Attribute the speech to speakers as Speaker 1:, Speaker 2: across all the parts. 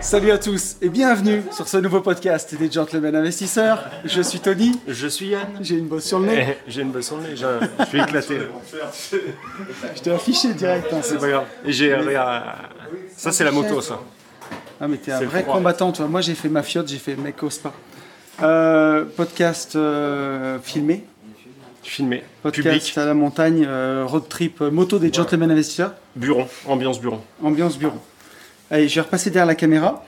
Speaker 1: Salut à tous et bienvenue sur ce nouveau podcast des Gentlemen Investisseurs. Je suis Tony,
Speaker 2: Je suis Yann.
Speaker 1: j'ai une bosse sur le nez.
Speaker 2: Eh, J'ai une bonne journée, j'ai un- je suis éclaté.
Speaker 1: Je t'ai affiché direct. hein.
Speaker 2: Eh. C'est pas grave. Et j'ai regarde, ça c'est la moto ça.
Speaker 1: Ah mais t'es un
Speaker 2: C'est le
Speaker 1: vrai
Speaker 2: froid.
Speaker 1: combattant toi. Moi j'ai fait ma fiotte, j'ai fait mec au spa. Euh, podcast euh, filmé,
Speaker 2: Filmé,
Speaker 1: podcast
Speaker 2: public,
Speaker 1: à la montagne, euh, road trip, euh, moto des Gentlemen Investisseurs,
Speaker 2: bureau, ambiance bureau.
Speaker 1: ambiance bureau. Allez, je vais repasser derrière la caméra.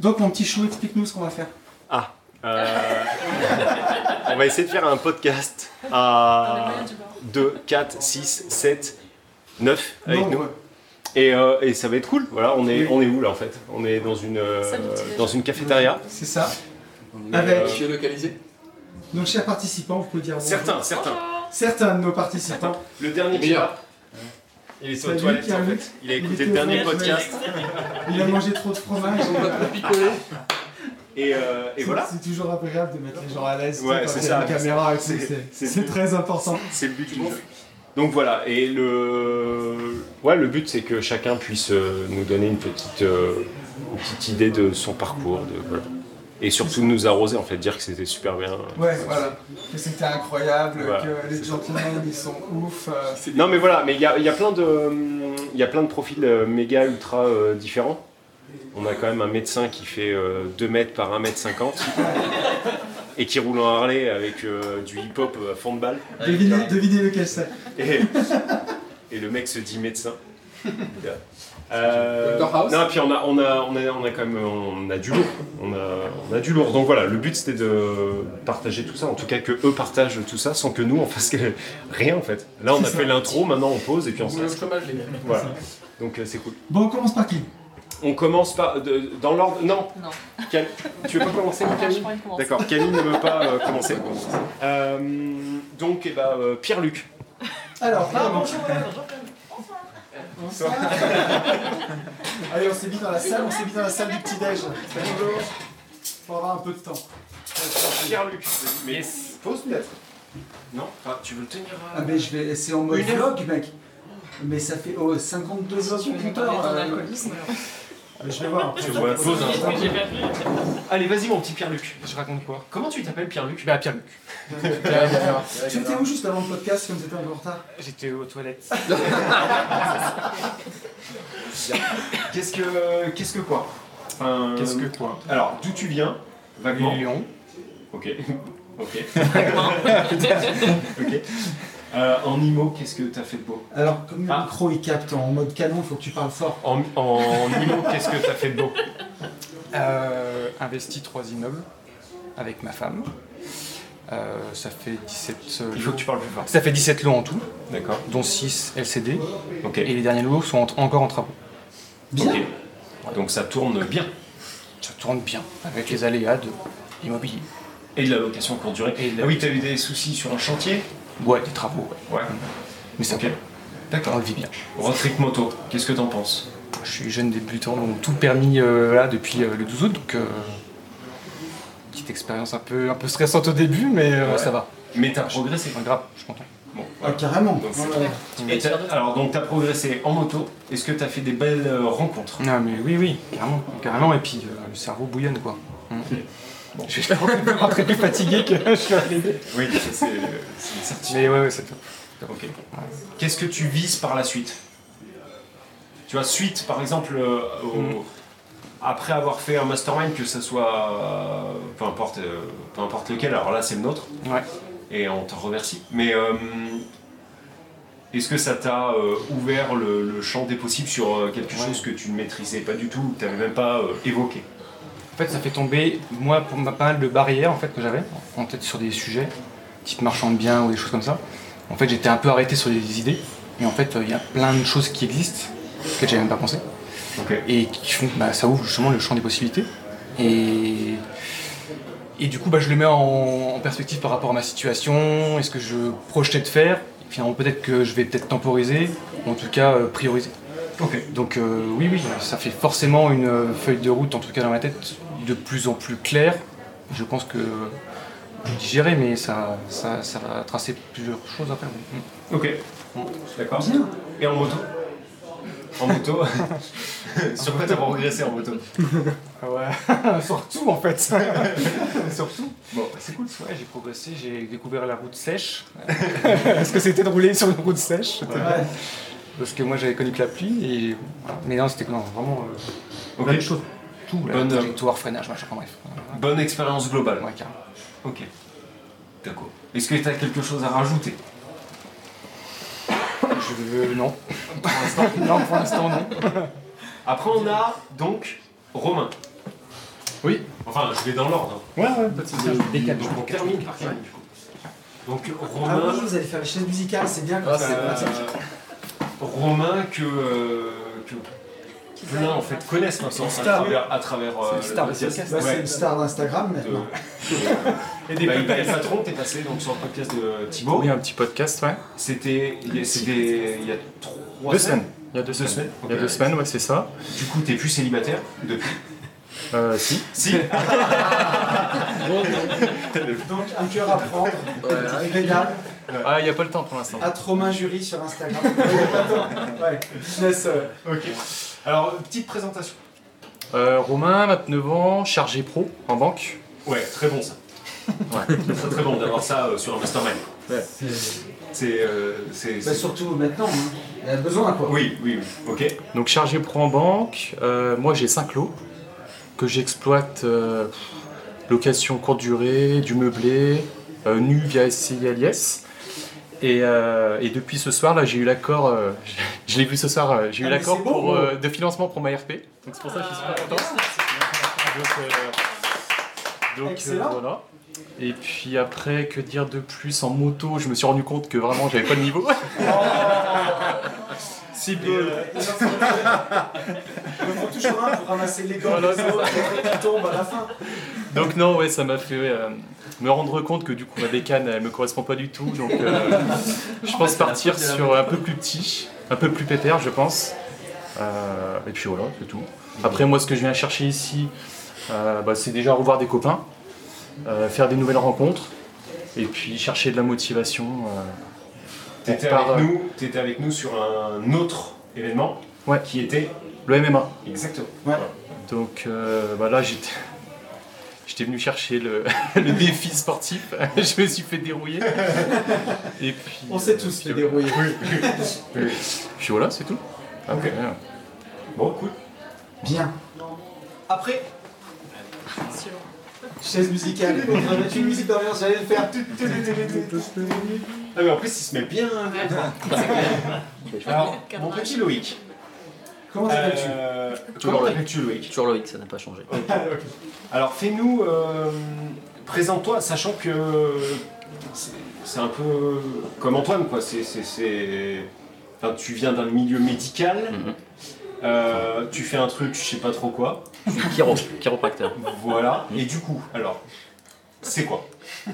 Speaker 1: Donc mon petit chou, explique-nous ce qu'on va faire.
Speaker 2: Ah. euh, on va essayer de faire un podcast à 2, 4, 6, 7, 9 avec
Speaker 1: Non,
Speaker 2: nous.
Speaker 1: ouais.
Speaker 2: Et, euh, et ça va être cool. Voilà, on est,
Speaker 1: Oui.
Speaker 2: on est où là en fait On est dans une, euh,
Speaker 3: Salle de petit-déj.
Speaker 2: dans une cafétéria.
Speaker 1: C'est ça.
Speaker 2: euh,
Speaker 1: Avec
Speaker 4: Qui est localisé
Speaker 1: nos chers participants, vous pouvez dire bonjour.
Speaker 2: Certains, certains.
Speaker 1: certains de nos participants.
Speaker 2: Le dernier qui est là, il est sur les
Speaker 1: Salut,
Speaker 2: toilettes en
Speaker 1: Pierre-Luc.
Speaker 2: fait. Il a
Speaker 1: Il
Speaker 2: écouté
Speaker 1: était
Speaker 2: le dernier
Speaker 1: au toilette.
Speaker 2: podcast.
Speaker 1: Il a mangé trop de fromage.
Speaker 4: On va trop picoler.
Speaker 2: Et, euh, et
Speaker 1: C'est-
Speaker 2: voilà.
Speaker 1: C'est toujours agréable de mettre les gens à l'aise.
Speaker 2: Ouais,
Speaker 1: tu sais,
Speaker 2: c'est ça.
Speaker 1: quand il y a la caméra et tout,
Speaker 2: C'est-
Speaker 1: c'est-
Speaker 2: c'est-
Speaker 1: c'est très important.
Speaker 2: C'est le but du jeu. Donc voilà, et le, ouais, le but c'est que chacun puisse euh, nous donner une petite, euh, une petite idée de son parcours, de, voilà. et surtout nous arroser en fait, dire que c'était super bien.
Speaker 1: Ouais, voilà. Que c'était incroyable,
Speaker 2: Voilà,
Speaker 1: que les gentlemen ils sont ouf. euh,
Speaker 2: Non mais voilà, mais il y a, il y a plein de, hum, il y a plein de profils euh, méga ultra euh, différents. On a quand même un médecin qui fait euh, 2 mètres par 1 mètre 50 et qui roule en Harley avec euh, du hip-hop à fond de balle.
Speaker 1: devinez, devinez lequel c'est.
Speaker 2: Et, et le mec se dit médecin. Euh,
Speaker 4: Dr. House
Speaker 2: non, puis on a, on a, on a, on a quand même, on a du lourd. On a, on a du lourd. Donc voilà, le but c'était de partager tout ça. En tout cas, que eux partagent tout ça sans que nous on fasse que- rien en fait. Là, on a fait l'intro, maintenant on pose et puis on se
Speaker 4: Boulot au
Speaker 2: laisse.
Speaker 4: chômage, les gars.
Speaker 2: Voilà. Donc euh, c'est cool.
Speaker 1: Bon, on commence par qui
Speaker 2: On commence par de- dans l'ordre. Non.
Speaker 3: Non.
Speaker 2: Cam- Tu veux pas commencer,
Speaker 3: Non,
Speaker 5: Ah,
Speaker 3: je
Speaker 2: Camille
Speaker 3: pourrais commencer.
Speaker 2: D'accord. Camille ne veut pas euh, commencer. Euh, donc, eh ben, euh, Pierre-Luc.
Speaker 1: Alors, pardon. Ah, euh, Bonsoir. Allez, on s'est mis dans la salle, on s'est mis dans la salle du petit-déj. Bonjour. Pour avoir un peu de temps.
Speaker 2: Pierre-Luc. Mais pose peut-être. Non Enfin, Tu veux le tenir hein. à...
Speaker 1: Ah mais je vais, c'est en mode
Speaker 2: Une heure.
Speaker 1: vlog mec. Mais ça fait oh, 52 heures
Speaker 3: Tu
Speaker 1: qu'on
Speaker 3: veux
Speaker 1: compte.
Speaker 3: parler de ton
Speaker 1: euh,
Speaker 3: alcoolisme
Speaker 1: Je vais voir.
Speaker 2: Tu vois, hein. pose un- Allez, vas-y mon petit Pierre-Luc.
Speaker 4: Je raconte quoi
Speaker 2: Comment tu t'appelles Pierre-Luc
Speaker 4: Bah, Pierre-Luc.
Speaker 1: Tu étais où juste avant le podcast comme t'étais un peu en retard
Speaker 4: J'étais aux toilettes.
Speaker 2: Qu'est-ce que... Qu'est-ce que quoi Enfin,
Speaker 4: Qu'est-ce que quoi
Speaker 2: Alors, d'où tu viens Vaguement.
Speaker 4: Lyon.
Speaker 2: Ok. ok. ok. Euh, en IMO, qu'est-ce que t'as fait de beau
Speaker 1: Alors comme le
Speaker 2: Ah.
Speaker 1: micro il capte en mode canon, faut que tu parles fort.
Speaker 2: En, en IMO, qu'est-ce que t'as fait de beau
Speaker 4: Euh, investi trois immeubles avec ma femme. Euh, ça fait 17
Speaker 2: Il faut
Speaker 4: lots.
Speaker 2: que tu parles plus fort.
Speaker 4: Ça fait 17 lots en tout,
Speaker 2: D'accord.
Speaker 4: dont 6 LCD.
Speaker 2: Ok.
Speaker 4: Et les derniers lots sont en- encore en travaux.
Speaker 1: Bien.
Speaker 2: Ok. Donc ça tourne bien.
Speaker 4: Ça tourne bien avec les aléas de l'immobilier.
Speaker 2: Et de la location courte durée.
Speaker 4: Et de la-
Speaker 2: Ah oui, t'as eu des soucis sur un chantier
Speaker 4: Ouais, des travaux, ouais.
Speaker 2: Ouais.
Speaker 4: Mais ça
Speaker 2: Ok.
Speaker 4: va, on
Speaker 2: D'accord.
Speaker 4: le vit bien.
Speaker 2: Road trip moto, qu'est-ce que t'en penses
Speaker 4: Je suis jeune débutant, donc tout permis euh, là depuis euh, le 12 août, donc euh, petite expérience un peu, un peu stressante au début, mais euh,
Speaker 2: Ouais.
Speaker 4: ça va.
Speaker 2: Mais t'as progressé.
Speaker 4: Enfin, grave, je suis content.
Speaker 2: Bon,
Speaker 1: Ah
Speaker 2: voilà.
Speaker 1: carrément.
Speaker 2: Donc, c'est
Speaker 1: Ouais,
Speaker 3: clair.
Speaker 2: Et t'as- alors donc t'as progressé en moto. Est-ce que t'as fait des belles euh, rencontres
Speaker 4: Non, Ah, mais oui, oui, carrément, carrément, et puis euh, le cerveau bouillonne quoi. Mm. Je suis rentrer plus fatigué que je suis arrivé.
Speaker 2: Oui, ça, c'est euh, c'est une certitude.
Speaker 4: Mais ouais, ouais, c'est tout.
Speaker 2: Ok. Qu'est-ce que tu vises par la suite Tu vois, suite par exemple euh, au-
Speaker 4: Mm.
Speaker 2: après avoir fait un mastermind, que ça soit euh, peu importe, euh, peu importe lequel. Alors là, c'est le nôtre.
Speaker 4: Ouais.
Speaker 2: et on te remercie. Mais euh, est-ce que ça t'a euh, ouvert le, le champ des possibles sur euh, quelque
Speaker 4: Ouais.
Speaker 2: chose que tu ne maîtrisais pas du tout, ou que tu n'avais même pas euh, évoqué
Speaker 4: En fait, ça fait tomber, moi, pour ma pas mal de barrières en fait, que j'avais en tête sur des sujets, type marchand de biens ou euh, des choses comme ça. En fait, j'étais un peu arrêté sur des idées. Et en fait, il y a plein de choses qui existent auquel j'avais même pas pensé,
Speaker 2: Ok.
Speaker 4: et qui font que bah, ça ouvre justement le champ des possibilités. Et, et du coup, bah, je le mets en, en perspective par rapport à ma situation, et ce que je projetais de faire. Et finalement, peut-être que je vais peut-être temporiser, ou en tout cas euh, prioriser. Donc euh, oui, oui, ça fait forcément une euh, feuille de route, en tout cas dans ma tête, de plus en plus claire. Je pense que je digérer, mais ça, ça, ça va tracer plusieurs choses après. Mm.
Speaker 2: Ok. D'accord. Et en moto En moto Sur quoi t'as progressé en moto
Speaker 4: Ah ouais, surtout en fait. surtout. Bon, c'est cool. Ouais, j'ai progressé, j'ai découvert la route sèche. Est-ce que c'était de rouler sur une route sèche Parce que moi j'avais connu que la pluie, et... mais non, c'était non, vraiment euh,
Speaker 2: Ok.
Speaker 4: bonne chose. Tout, la
Speaker 2: Bonne-
Speaker 4: trajectoire, freinage, machin, enfin bref.
Speaker 2: Bonne expérience globale.
Speaker 4: Ouais, carrément.
Speaker 2: Ok. D'accord. Est-ce que t'as quelque chose à rajouter
Speaker 4: Je veux... Non. non, pour l'instant, non.
Speaker 2: Après, on a donc Romain.
Speaker 4: Oui.
Speaker 2: Enfin, je vais dans l'ordre.
Speaker 4: Ouais, ouais.
Speaker 2: Donc, on termine par Karim, du coup. Donc,
Speaker 1: Ah
Speaker 2: Romain.
Speaker 1: oui, vous allez faire les chaises musicales, c'est bien comme ça, c'est
Speaker 2: Euh,
Speaker 1: pratique.
Speaker 2: Romain que, euh, que plein en fait connaissent maintenant à
Speaker 1: Star.
Speaker 2: travers, à travers euh,
Speaker 4: C'est une star
Speaker 2: le
Speaker 4: de
Speaker 2: podcast.
Speaker 1: Bah, c'est
Speaker 2: Ouais.
Speaker 1: une star d'Instagram
Speaker 3: Euh,
Speaker 1: maintenant.
Speaker 2: Et des patron, t'es passé donc sur le podcast de Thibaut.
Speaker 3: Oui, un petit podcast, ouais.
Speaker 2: C'était il y a- c'était il y a trois
Speaker 3: Deux semaines. Il y a deux,
Speaker 2: Deux
Speaker 3: semaines.
Speaker 2: semaines.
Speaker 3: Il y a deux semaines, ouais, c'est ça.
Speaker 2: Du coup, t'es plus célibataire depuis.
Speaker 3: Euh, si.
Speaker 2: Si.
Speaker 1: Donc, un cœur à prendre, une pédale,
Speaker 3: Ah, il n'y a pas le temps pour l'instant.
Speaker 1: à Romain Jury sur Instagram. ouais, business. euh,
Speaker 2: ok. Alors petite présentation.
Speaker 3: Euh, Romain, 29 ans, chargé pro en banque.
Speaker 2: Ouais, très bon ça. Ouais. très très bon d'avoir ça euh, sur un mastermind. C'est euh, c'est.
Speaker 1: Bah,
Speaker 2: c'est-
Speaker 1: surtout maintenant, hein. il y a besoin quoi.
Speaker 2: Oui, oui, oui. Ok.
Speaker 3: Donc chargé pro en banque, euh, moi j'ai 5 lots que j'exploite euh, location courte durée, du meublé, euh, nu via SCI Alias. Et, euh, et depuis ce soir là j'ai eu l'accord, euh, je, l'ai vu ce soir, euh, j'ai eu
Speaker 1: Ah, mais
Speaker 3: l'accord
Speaker 1: c'est beau, Ah,
Speaker 3: pour,
Speaker 1: moi.
Speaker 3: euh, de financement pour ma RP. Donc c'est pour ça que je suis super content. Donc, euh, donc, euh,
Speaker 1: Excellent.
Speaker 3: voilà. Et puis après, que dire de plus en moto Je me suis rendu compte que vraiment j'avais pas le niveau.
Speaker 1: Oh.
Speaker 3: si
Speaker 2: Et, euh,
Speaker 1: Il en faut- il en faut toujours un pour ramasser les gants
Speaker 3: Voilà,
Speaker 1: des
Speaker 3: c'est
Speaker 1: autres qui tombent à la fin.
Speaker 3: Donc non, ouais, ça m'a fait euh, me rendre compte que du coup ma bécane, elle me correspond pas du tout. Donc euh, je pense partir sur un peu plus petit, un peu plus pépère, je pense. Euh, et puis voilà, c'est tout. Après, moi, ce que je viens chercher ici, euh, bah, c'est déjà revoir des copains, euh, faire des nouvelles rencontres, et puis chercher de la motivation. euh.
Speaker 2: T'étais
Speaker 3: Par,
Speaker 2: avec,
Speaker 3: euh,
Speaker 2: nous, t'étais avec nous sur un autre événement
Speaker 3: Ouais.
Speaker 2: qui était
Speaker 3: le MMA.
Speaker 2: exactement.
Speaker 3: Donc euh, bah là, j'étais. J'étais venu chercher le, le défi sportif, je me suis fait dérouiller. Et puis,
Speaker 1: On sait
Speaker 3: euh,
Speaker 1: tous
Speaker 3: puis
Speaker 1: les
Speaker 3: voilà.
Speaker 1: dérouiller.
Speaker 3: Puis voilà, c'est tout. Ah,
Speaker 2: Ok. Bon, cool.
Speaker 1: Bien. Après, chaise musicale. On va mettre une musique d'ambiance, j'allais le faire.
Speaker 2: Ah, mais en plus, il se met bien. hein. Alors, mon petit Loïc.
Speaker 1: Comment t'appelles-tu
Speaker 2: euh,
Speaker 6: Toujours
Speaker 2: comment
Speaker 6: Loïc.
Speaker 2: t'appelles-tu Loïc
Speaker 6: Toujours Loïc, ça n'a pas changé.
Speaker 2: Alors, fais-nous. euh, Présente-toi, sachant que c'est- c'est un peu comme Antoine, quoi. C'est, c'est, c'est- enfin, tu viens d'un milieu médical.
Speaker 6: Mhm.
Speaker 2: euh, tu fais un truc, je sais pas trop quoi.
Speaker 6: Je suis chiro, chiropracteur.
Speaker 2: Voilà. Et du coup, alors, c'est quoi
Speaker 6: Ça,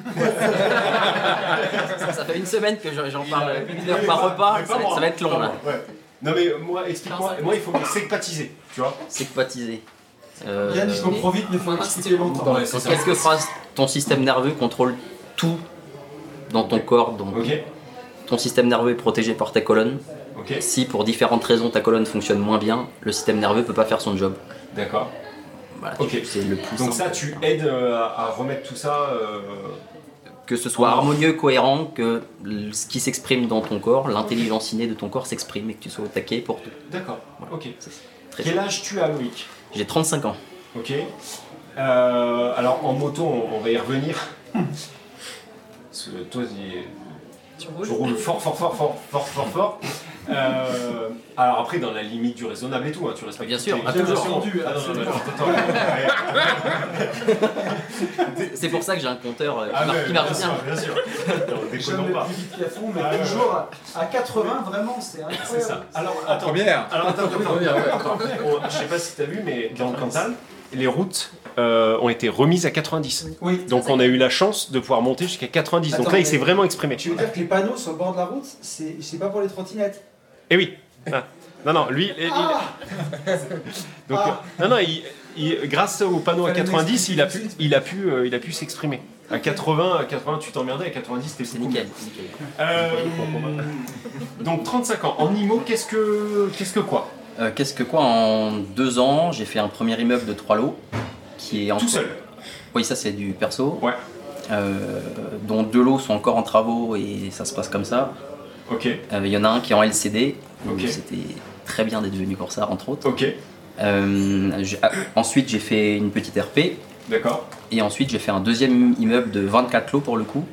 Speaker 6: ça fait une semaine que je- j'en parle une heure par repas, ça va, être- ça va être long là.
Speaker 2: Ouais. Non mais moi, explique-moi, moi il faut me sympathiser, tu vois.
Speaker 6: C'est que baptisé. Euh,
Speaker 1: Yann, je comprends vite, mais faut expliquer longtemps.
Speaker 2: Ouais, c'est
Speaker 6: en
Speaker 2: ça.
Speaker 6: quelques phrases, ton système nerveux contrôle tout dans ton corps. Donc,
Speaker 2: Ok,
Speaker 6: Ton système nerveux est protégé par ta colonne.
Speaker 2: ok,
Speaker 6: Si pour différentes raisons ta colonne fonctionne moins bien, le système nerveux peut pas faire son job.
Speaker 2: d'accord.
Speaker 6: Voilà,
Speaker 2: Ok.
Speaker 6: c'est le plus
Speaker 2: Donc ça,
Speaker 6: simple.
Speaker 2: tu aides euh, à, à remettre tout ça. euh,
Speaker 6: que ce soit harmonieux, cohérent, que l- ce qui s'exprime dans ton corps, l'intelligence innée de ton corps s'exprime et que tu sois au taquet pour tout.
Speaker 2: D'accord. Ok.
Speaker 6: Très
Speaker 2: Quel âge tu as, Loïc
Speaker 6: J'ai 35 ans.
Speaker 2: Ok. Euh, alors en moto, on, on va y revenir. Parce que toi, il-
Speaker 5: Tu roules.
Speaker 2: Je roule fort, fort, fort, fort, fort, fort, fort. Euh, alors après, dans la limite du raisonnable et tout, hein, tu respectes
Speaker 7: Bien
Speaker 2: toutes
Speaker 7: sûr,
Speaker 2: les-
Speaker 7: ah, toujours.
Speaker 2: Ah, non, non, non, attends, attends.
Speaker 7: C'est pour ça que j'ai un compteur euh, qui,
Speaker 2: Ah,
Speaker 7: marche-
Speaker 2: mais
Speaker 7: qui marche
Speaker 2: bien
Speaker 7: bien.
Speaker 2: sûr, bien sûr. Non,
Speaker 1: J'aime
Speaker 2: déconnons
Speaker 1: le
Speaker 2: pas.
Speaker 1: plus vite qu'à fond, mais
Speaker 2: Ah, ouais,
Speaker 1: toujours à- à 80, vraiment, c'est
Speaker 2: C'est
Speaker 1: incroyable. Ah,
Speaker 2: ça. Alors attends,
Speaker 3: Première
Speaker 2: alors attends, attends, attends. Oh, je sais pas si t'as vu, mais dans le Cantal, les routes euh, ont été remises à 90.
Speaker 1: Oui.
Speaker 2: Donc on a eu la chance de pouvoir monter jusqu'à 90. Donc
Speaker 1: Attends,
Speaker 2: là, il
Speaker 1: mais-
Speaker 2: s'est vraiment exprimé.
Speaker 1: Tu veux dire que les panneaux sur le bord de la route, c'est c'est pas pour les trottinettes
Speaker 2: Eh oui. Ah. Non, non, lui, il- il- Donc,
Speaker 1: Ah.
Speaker 2: euh, non, non, il- il- grâce au panneau à
Speaker 1: Fallait
Speaker 2: 90, il a pu,
Speaker 1: m'expliquer.
Speaker 2: il a pu, euh, il a pu s'exprimer. À 80, à 80, tu t'emmerdais, à 90, t'es
Speaker 7: C'est nickel. nickel.
Speaker 2: Euh, donc 35 ans. En IMO, qu'est-ce que, qu'est-ce que quoi
Speaker 7: Euh, Qu'est-ce que quoi En deux ans, j'ai fait un premier immeuble de trois lots qui est en
Speaker 2: Tout seul.
Speaker 7: Oui, ça c'est du perso.
Speaker 2: Ouais.
Speaker 7: Euh, dont deux lots sont encore en travaux et ça se passe comme ça.
Speaker 2: Ok,
Speaker 7: Euh, Il y en a un qui est en LCD. où
Speaker 2: Ok.
Speaker 7: C'était très bien d'être venu pour ça, entre autres.
Speaker 2: ok,
Speaker 7: Euh, j'ai- ah, ensuite, j'ai fait une petite RP.
Speaker 2: d'accord.
Speaker 7: Et ensuite, j'ai fait un deuxième immeuble de 24 lots pour le coup.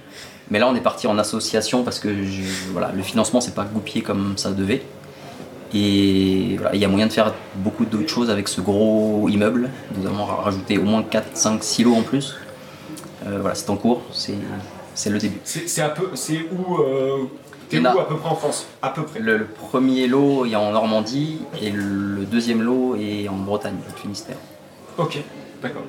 Speaker 7: Mais là, on est parti en association parce que je- voilà, le financement, c'est pas goupillé comme ça devait. Et voilà, il y a moyen de faire beaucoup d'autres choses avec ce gros immeuble. Nous avons rajouté au moins 4, 5, 6 lots en plus. Euh, voilà, c'est en cours, c'est c'est le début.
Speaker 2: C'est c'est à peu, c'est où, euh, t'es
Speaker 7: Il y en a-
Speaker 2: où à peu près en France À peu près.
Speaker 7: Le, le premier lot est en Normandie et le deuxième lot est en Bretagne, dans le Finistère.
Speaker 2: Ok, d'accord,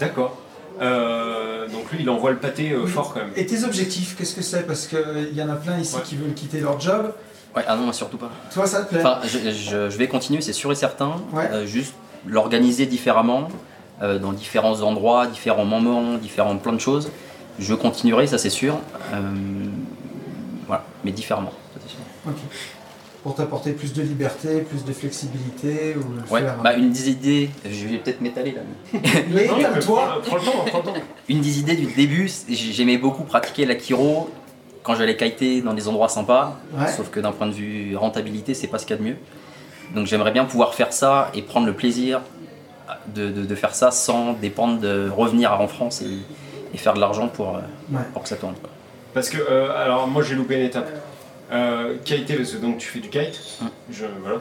Speaker 2: d'accord. Euh, donc lui, il envoie le pâté euh, fort quand même.
Speaker 1: Et tes objectifs, qu'est-ce que c'est Parce qu'il y en a plein ici
Speaker 2: Ouais.
Speaker 1: qui veulent quitter leur job.
Speaker 7: Ouais, ah non, moi, surtout pas.
Speaker 1: Toi, ça te plaît
Speaker 7: Enfin, je, je- je vais continuer, c'est sûr et certain.
Speaker 1: Ouais.
Speaker 7: Euh, juste l'organiser différemment, euh, dans différents endroits, différents moments, différents plein de choses. Je continuerai, ça c'est sûr. Euh, voilà, mais différemment. ça, c'est sûr.
Speaker 1: Ok. Pour t'apporter plus de liberté, plus de flexibilité ou le
Speaker 7: Ouais,
Speaker 1: faire- euh,
Speaker 7: bah, une des idées, je vais peut-être m'étaler là. mais-
Speaker 1: Mais
Speaker 2: Non, mais
Speaker 1: calme-toi.
Speaker 2: prends- Prends le temps, prends le temps.
Speaker 7: Une des idées du début, c'est- j'aimais beaucoup pratiquer la chiro quand j'allais kiter dans des endroits sympas.
Speaker 1: Ouais.
Speaker 7: Sauf que d'un point de vue rentabilité, c'est pas ce qu'il y a de mieux. Donc j'aimerais bien pouvoir faire ça et prendre le plaisir de, de- de faire ça sans dépendre de revenir en France et, et faire de l'argent pour, euh,
Speaker 1: Ouais.
Speaker 7: pour que ça tourne. quoi.
Speaker 2: Parce que, euh, alors moi j'ai loupé une étape. Euh, kiter, parce que donc tu fais du kite. Je, voilà.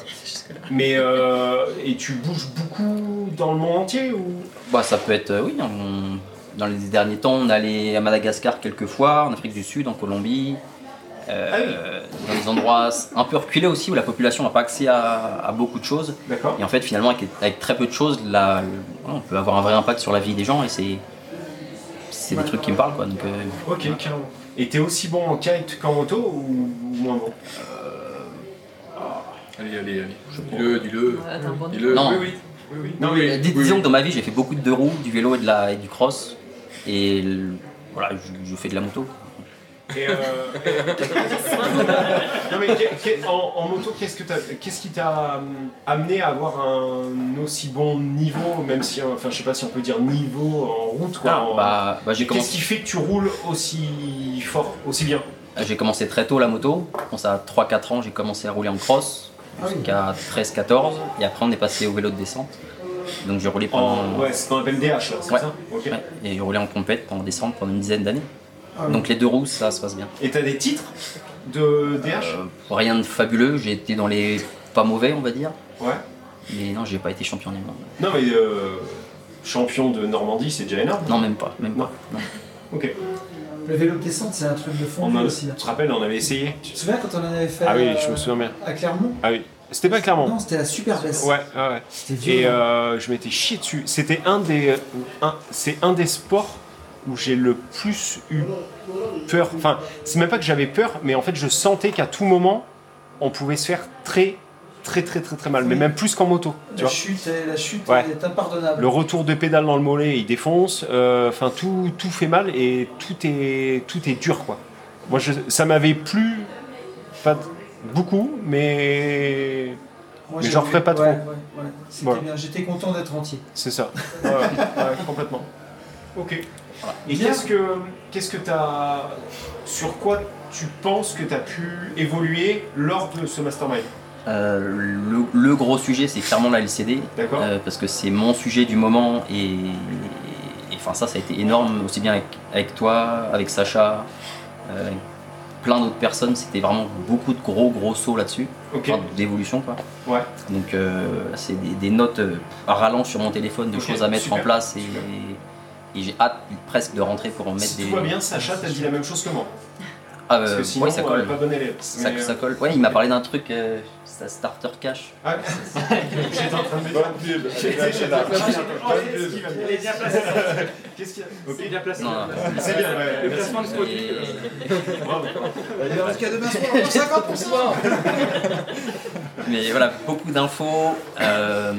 Speaker 2: Mais, euh, et tu bouges beaucoup dans le monde entier ou
Speaker 7: Bah, ça peut être, euh, oui, on- dans les derniers temps, on allait à Madagascar quelques fois, en Afrique du Sud, en Colombie. euh,
Speaker 2: Ah oui.
Speaker 7: dans des endroits un peu reculés aussi où la population n'a pas accès à- à beaucoup de choses.
Speaker 2: D'accord.
Speaker 7: Et en fait, finalement, avec, avec très peu de choses, là, on peut avoir un vrai impact sur la vie des gens et c'est. C'est des trucs qui me parlent quoi. Donc, euh,
Speaker 2: Ok, carrément. Et t'es aussi bon en kite qu'en moto ou, ou moins bon
Speaker 3: Allez, allez, allez. Dis-le, dis-le.
Speaker 5: Ouais, Euh,
Speaker 2: Euh,
Speaker 5: t'as un bon-
Speaker 3: Dis-le.
Speaker 7: Non.
Speaker 3: Oui, oui. Oui, oui.
Speaker 2: Non,
Speaker 7: euh,
Speaker 2: mais.
Speaker 7: dis-
Speaker 3: oui,
Speaker 7: disons
Speaker 3: oui.
Speaker 7: que dans ma vie, j'ai fait beaucoup de deux roues, du vélo et, de la, et du cross. Et le- voilà, je, je fais de la moto.
Speaker 2: et, euh, non, mais qu'est- qu'est- en, en moto, qu'est-ce, que t'as- qu'est-ce qui t'a hum, amené à avoir un aussi bon niveau, même si, euh, enfin je sais pas si on peut dire niveau en route quoi
Speaker 3: Ah,
Speaker 2: en-
Speaker 7: Bah, bah, j'ai
Speaker 2: Qu'est-ce
Speaker 7: commencé,
Speaker 2: qui fait que tu roules aussi fort, aussi bien
Speaker 7: j'ai commencé très tôt la moto. Je pense à 3-4 ans, j'ai commencé à rouler en cross
Speaker 1: Ah oui.
Speaker 7: jusqu'à 13-14. Et après, on est passé au vélo de descente. Donc, j'ai roulé pendant.
Speaker 3: Oh,
Speaker 2: En, ouais, c'est ce qu'on appelle DH, là, c'est
Speaker 7: Ouais.
Speaker 2: ça Ok.
Speaker 7: ouais, et j'ai roulé en compète pendant descente pendant une dizaine d'années.
Speaker 1: Ah oui.
Speaker 7: Donc, les deux roues, ça se passe bien.
Speaker 2: Et t'as des titres de DH
Speaker 7: Euh, rien de fabuleux, j'ai été dans les pas mauvais, on va dire.
Speaker 2: Ouais.
Speaker 7: Mais non, j'ai pas été champion du monde.
Speaker 2: Non, mais euh, champion de Normandie, c'est déjà énorme.
Speaker 7: Non, même pas, même
Speaker 2: Non.
Speaker 7: pas. non.
Speaker 2: Ok.
Speaker 1: Le vélo de descente, c'est un truc de
Speaker 2: On
Speaker 1: fond
Speaker 2: a,
Speaker 1: aussi.
Speaker 2: tu
Speaker 1: hein.
Speaker 2: te rappelles, on avait essayé
Speaker 1: Tu te souviens quand on en
Speaker 2: Ah
Speaker 1: avait fait euh,
Speaker 2: bien.
Speaker 1: à Clermont
Speaker 2: Ah oui. C'était pas
Speaker 1: Non, c'était la super baisse.
Speaker 2: Ouais, ouais, ouais.
Speaker 1: C'était
Speaker 2: Et
Speaker 1: violent.
Speaker 2: euh, je m'étais chié dessus. C'était un des, euh, un- c'est un des sports où j'ai le plus eu peur. Enfin, c'est même pas que j'avais peur, mais en fait, je sentais qu'à tout moment, on pouvait se faire très, très, très, très, très mal. Mais
Speaker 1: Oui.
Speaker 2: même plus qu'en moto. Tu
Speaker 1: la,
Speaker 2: vois.
Speaker 1: chute est, la chute
Speaker 2: Ouais.
Speaker 1: est impardonnable.
Speaker 2: Le retour de pédale dans le mollet, il défonce. Euh, Enfin, tout, tout fait mal et tout est, tout est dur, quoi. Moi, je, ça m'avait plu, pas beaucoup, mais
Speaker 1: Moi,
Speaker 2: mais
Speaker 1: j'ai
Speaker 2: j'en
Speaker 1: vu-
Speaker 2: referai pas
Speaker 1: ouais,
Speaker 2: trop.
Speaker 1: ouais, ouais. C'était
Speaker 2: Voilà.
Speaker 1: bien, j'étais content d'être entier.
Speaker 2: c'est ça. Ouais, ouais, complètement. Ok. Et
Speaker 1: Bien.
Speaker 2: qu'est-ce que, qu'est-ce que t'as, sur quoi tu penses que tu as pu évoluer lors de ce mastermind
Speaker 7: Euh, le, le gros sujet, c'est clairement la LCD.
Speaker 2: D'accord.
Speaker 7: euh, parce que c'est mon sujet du moment et, et- et enfin ça ça a été énorme aussi bien avec, avec toi, avec Sacha, euh, plein d'autres personnes. C'était vraiment beaucoup de gros gros sauts là-dessus,
Speaker 2: Ok.
Speaker 7: enfin, d'évolution quoi.
Speaker 2: Ouais.
Speaker 7: Donc euh, c'est des, des notes euh, à rallonge sur mon téléphone de
Speaker 2: Ok,
Speaker 7: choses à mettre
Speaker 2: super,
Speaker 7: en place et,
Speaker 2: super.
Speaker 7: et j'ai hâte presque de rentrer pour en mettre
Speaker 2: Si
Speaker 7: des.
Speaker 2: tout va bien, Sacha t'as dit la même chose que moi.
Speaker 7: Ah, euh,
Speaker 2: Parce que sinon,
Speaker 7: ouais, ça
Speaker 2: on
Speaker 7: colle.
Speaker 2: n'est pas bon élève.
Speaker 7: Ça,
Speaker 2: Mais, euh,
Speaker 7: ça colle. Ouais, il m'a parlé d'un truc, euh, ça starter cash.
Speaker 2: ah, J'étais en train de me dire.
Speaker 4: Bonne pub.
Speaker 2: euh, Qu'est-ce qu'il y a
Speaker 4: C'est bien placé.
Speaker 7: Non, non, non.
Speaker 2: C'est bien, ouais.
Speaker 4: Le placement de produit.
Speaker 7: Et-
Speaker 2: Bravo.
Speaker 1: D'ailleurs, jusqu'à demain soir, on a 50%
Speaker 7: Mais voilà, beaucoup d'infos euh,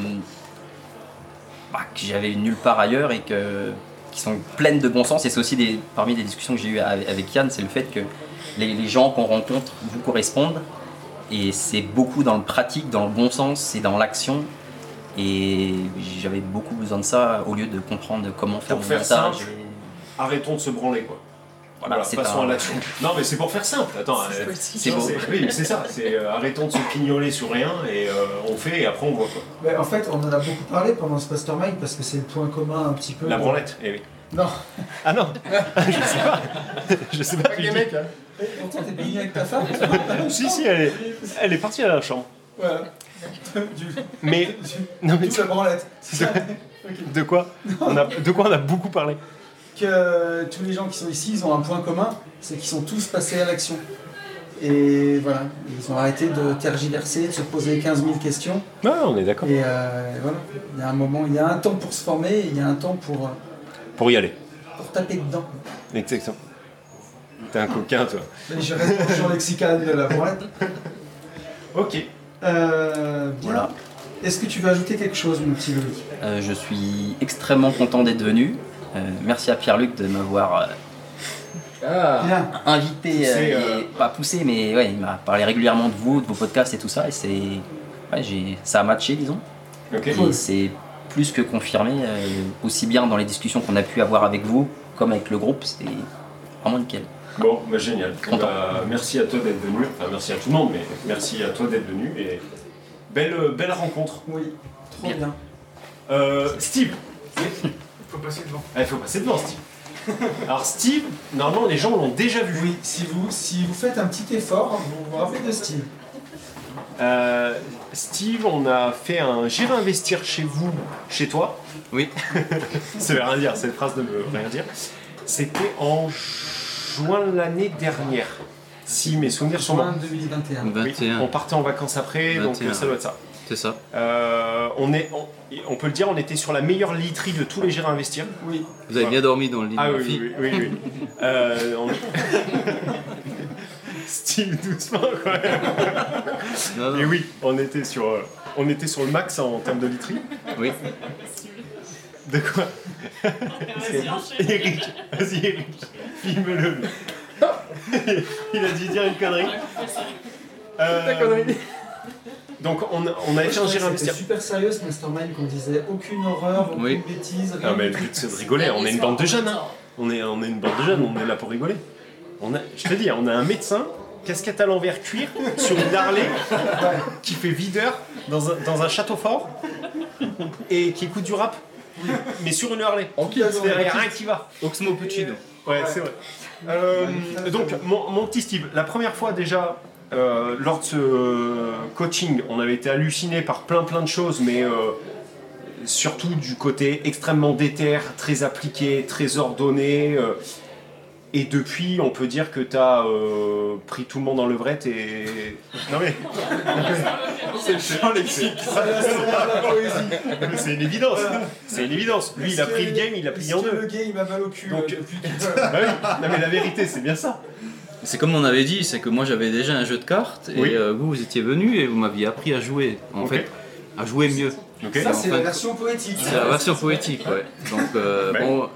Speaker 7: bah, que j'avais eues nulle part ailleurs et que, qui sont pleines de bon sens. Et c'est aussi des, parmi les discussions que j'ai eues avec avec Yann, c'est le fait que les, les gens qu'on rencontre vous correspondent. Et c'est beaucoup dans le pratique, dans le bon sens, c'est dans l'action. Et j'avais beaucoup besoin de ça au lieu de comprendre comment faire
Speaker 2: Pour
Speaker 7: mon
Speaker 2: faire
Speaker 7: montage.
Speaker 2: simple.
Speaker 7: et-
Speaker 2: Arrêtons de se branler, quoi. Bah,
Speaker 7: Voilà, c'est
Speaker 2: passons
Speaker 7: un-
Speaker 2: à l'action. Non, mais c'est pour faire simple. Attends, euh,
Speaker 7: C'est beau.
Speaker 2: oui, mais c'est ça. C'est euh, arrêtons de se pignoler sur rien et euh, on fait et après on voit quoi.
Speaker 1: Mais En fait, on en a beaucoup parlé pendant ce mastermind parce que c'est le point commun un petit peu.
Speaker 2: La branlette. Eh oui.
Speaker 1: Non,
Speaker 2: Ah non. je sais pas. Je sais pas. hein. qui dit.
Speaker 1: Et pourtant t'es baigné avec ta femme
Speaker 2: Si si, elle est, elle est partie à la chambre.
Speaker 1: Voilà. Du, du,
Speaker 2: Mais non mais
Speaker 1: la branlette.
Speaker 2: de quoi on a, De quoi on a beaucoup parlé.
Speaker 1: que euh, tous les gens qui sont ici, ils ont un point commun, c'est qu'ils sont tous passés à l'action. Et voilà, ils ont arrêté de tergiverser, de se poser 15 000 questions.
Speaker 2: Ah, on est d'accord.
Speaker 1: Et euh, voilà, il y a un moment, il y a un temps pour se former, et il y a un temps pour, euh,
Speaker 2: Pour y aller.
Speaker 1: pour taper dedans.
Speaker 2: Exactement. T'es un coquin toi.
Speaker 1: Mais je reste toujours lexical de la branlette.
Speaker 2: Ok.
Speaker 1: Euh, bien.
Speaker 7: Voilà.
Speaker 1: Est-ce que tu veux ajouter quelque chose, mon petit Loïc
Speaker 7: Euh, je suis extrêmement content d'être venu. Euh, merci à Pierre-Luc de m'avoir euh,
Speaker 2: Ah.
Speaker 1: Bien.
Speaker 7: invité,
Speaker 2: Poussé,
Speaker 7: euh,
Speaker 2: euh,
Speaker 7: et- pas poussé, mais ouais, il m'a parlé régulièrement de vous, de vos podcasts et tout ça. Et c'est, ouais, j'ai- ça a matché, disons.
Speaker 2: Ok.
Speaker 7: Et c'est plus que confirmé, euh, aussi bien dans les discussions qu'on a pu avoir avec vous, comme avec le groupe. C'était vraiment nickel.
Speaker 2: Bon, bah, génial.
Speaker 7: Content.
Speaker 2: Bah, merci à toi d'être venu. Enfin, merci à tout le monde, mais merci à toi d'être venu. Et belle, euh, belle rencontre.
Speaker 1: Oui, trop
Speaker 7: Bien.
Speaker 1: bien.
Speaker 2: Euh, Steve,
Speaker 4: Faut passer devant.
Speaker 2: Ah, il faut passer devant, Steve. Alors, Steve, normalement, les gens l'ont déjà vu.
Speaker 1: Oui, si vous, si vous faites un petit effort, vous vous rappelez de Steve.
Speaker 2: Euh, Steve, on a fait un J'irai investir chez vous, chez toi.
Speaker 7: Oui.
Speaker 2: ça veut rien dire, cette phrase ne veut rien dire. C'était en juin de l'année dernière. Si mes souvenirs sont
Speaker 1: Juin
Speaker 2: bons.
Speaker 1: 2021.
Speaker 2: Oui, on partait en vacances après, donc euh, ça doit être ça.
Speaker 7: c'est ça.
Speaker 2: Euh, on, est, on, on peut le dire, on était sur la meilleure literie de tous les J'irai investir.
Speaker 1: Oui.
Speaker 7: Vous
Speaker 2: avez bien
Speaker 7: dormi dans le lit
Speaker 2: Ah oui, oui, oui. oui, oui. Euh, on- Steve, doucement, quand même. Et oui, on était sur, euh, on était sur le max en termes de literie.
Speaker 7: Oui.
Speaker 2: De quoi Eric, vas-y Eric, filme-le. Il a dû dire une connerie. Euh, Donc on, a- on a
Speaker 1: Moi, je
Speaker 2: échangé
Speaker 1: trouvais que C'était
Speaker 2: l'investir.
Speaker 1: super sérieux ce mastermind qu'on disait aucune horreur, aucune
Speaker 7: Oui.
Speaker 1: bêtise, rien.
Speaker 2: Non Ah, mais le but c'est de rigoler, on est une bande de jeunes. hein. On est, on est une bande de jeunes, on est là pour rigoler. On a, je te dis, on a un médecin, casquette à l'envers cuir, sur une Harley, qui fait videur dans un, dans un château fort et qui écoute du rap, mais sur une Harley.
Speaker 1: En kit,
Speaker 2: Il n'y a rien qui va.
Speaker 7: Oxmo Puccino.
Speaker 2: Ouais, c'est vrai. Euh, donc, mon, mon petit Steve, la première fois déjà, euh, lors de ce euh, coaching, on avait été halluciné par plein plein de choses, mais euh, surtout du côté extrêmement déter, très appliqué, très ordonné. euh, et depuis, on peut dire que tu as pris tout le monde dans levrette et. Non mais. C'est le lexique.
Speaker 1: la poésie.
Speaker 2: C'est une évidence. C'est une évidence. Lui, il a pris le game, il l'a plié en
Speaker 1: Parce que
Speaker 2: deux.
Speaker 1: Le gars, il m'a mal au cul.
Speaker 2: Donc-
Speaker 1: euh, depuis qu'il-
Speaker 2: Bah oui. Non mais la vérité, c'est bien ça.
Speaker 8: C'est comme on avait dit, c'est que moi j'avais déjà un jeu de cartes et
Speaker 2: Oui.
Speaker 8: euh, vous, vous étiez venu et vous m'aviez appris à jouer, en
Speaker 2: Ok.
Speaker 8: fait, à jouer mieux.
Speaker 2: Ok.
Speaker 1: Ça,
Speaker 8: en
Speaker 1: c'est
Speaker 8: fait-
Speaker 1: la version poétique.
Speaker 8: C'est la version poétique, ouais. Donc, euh,
Speaker 2: Ben.
Speaker 8: bon,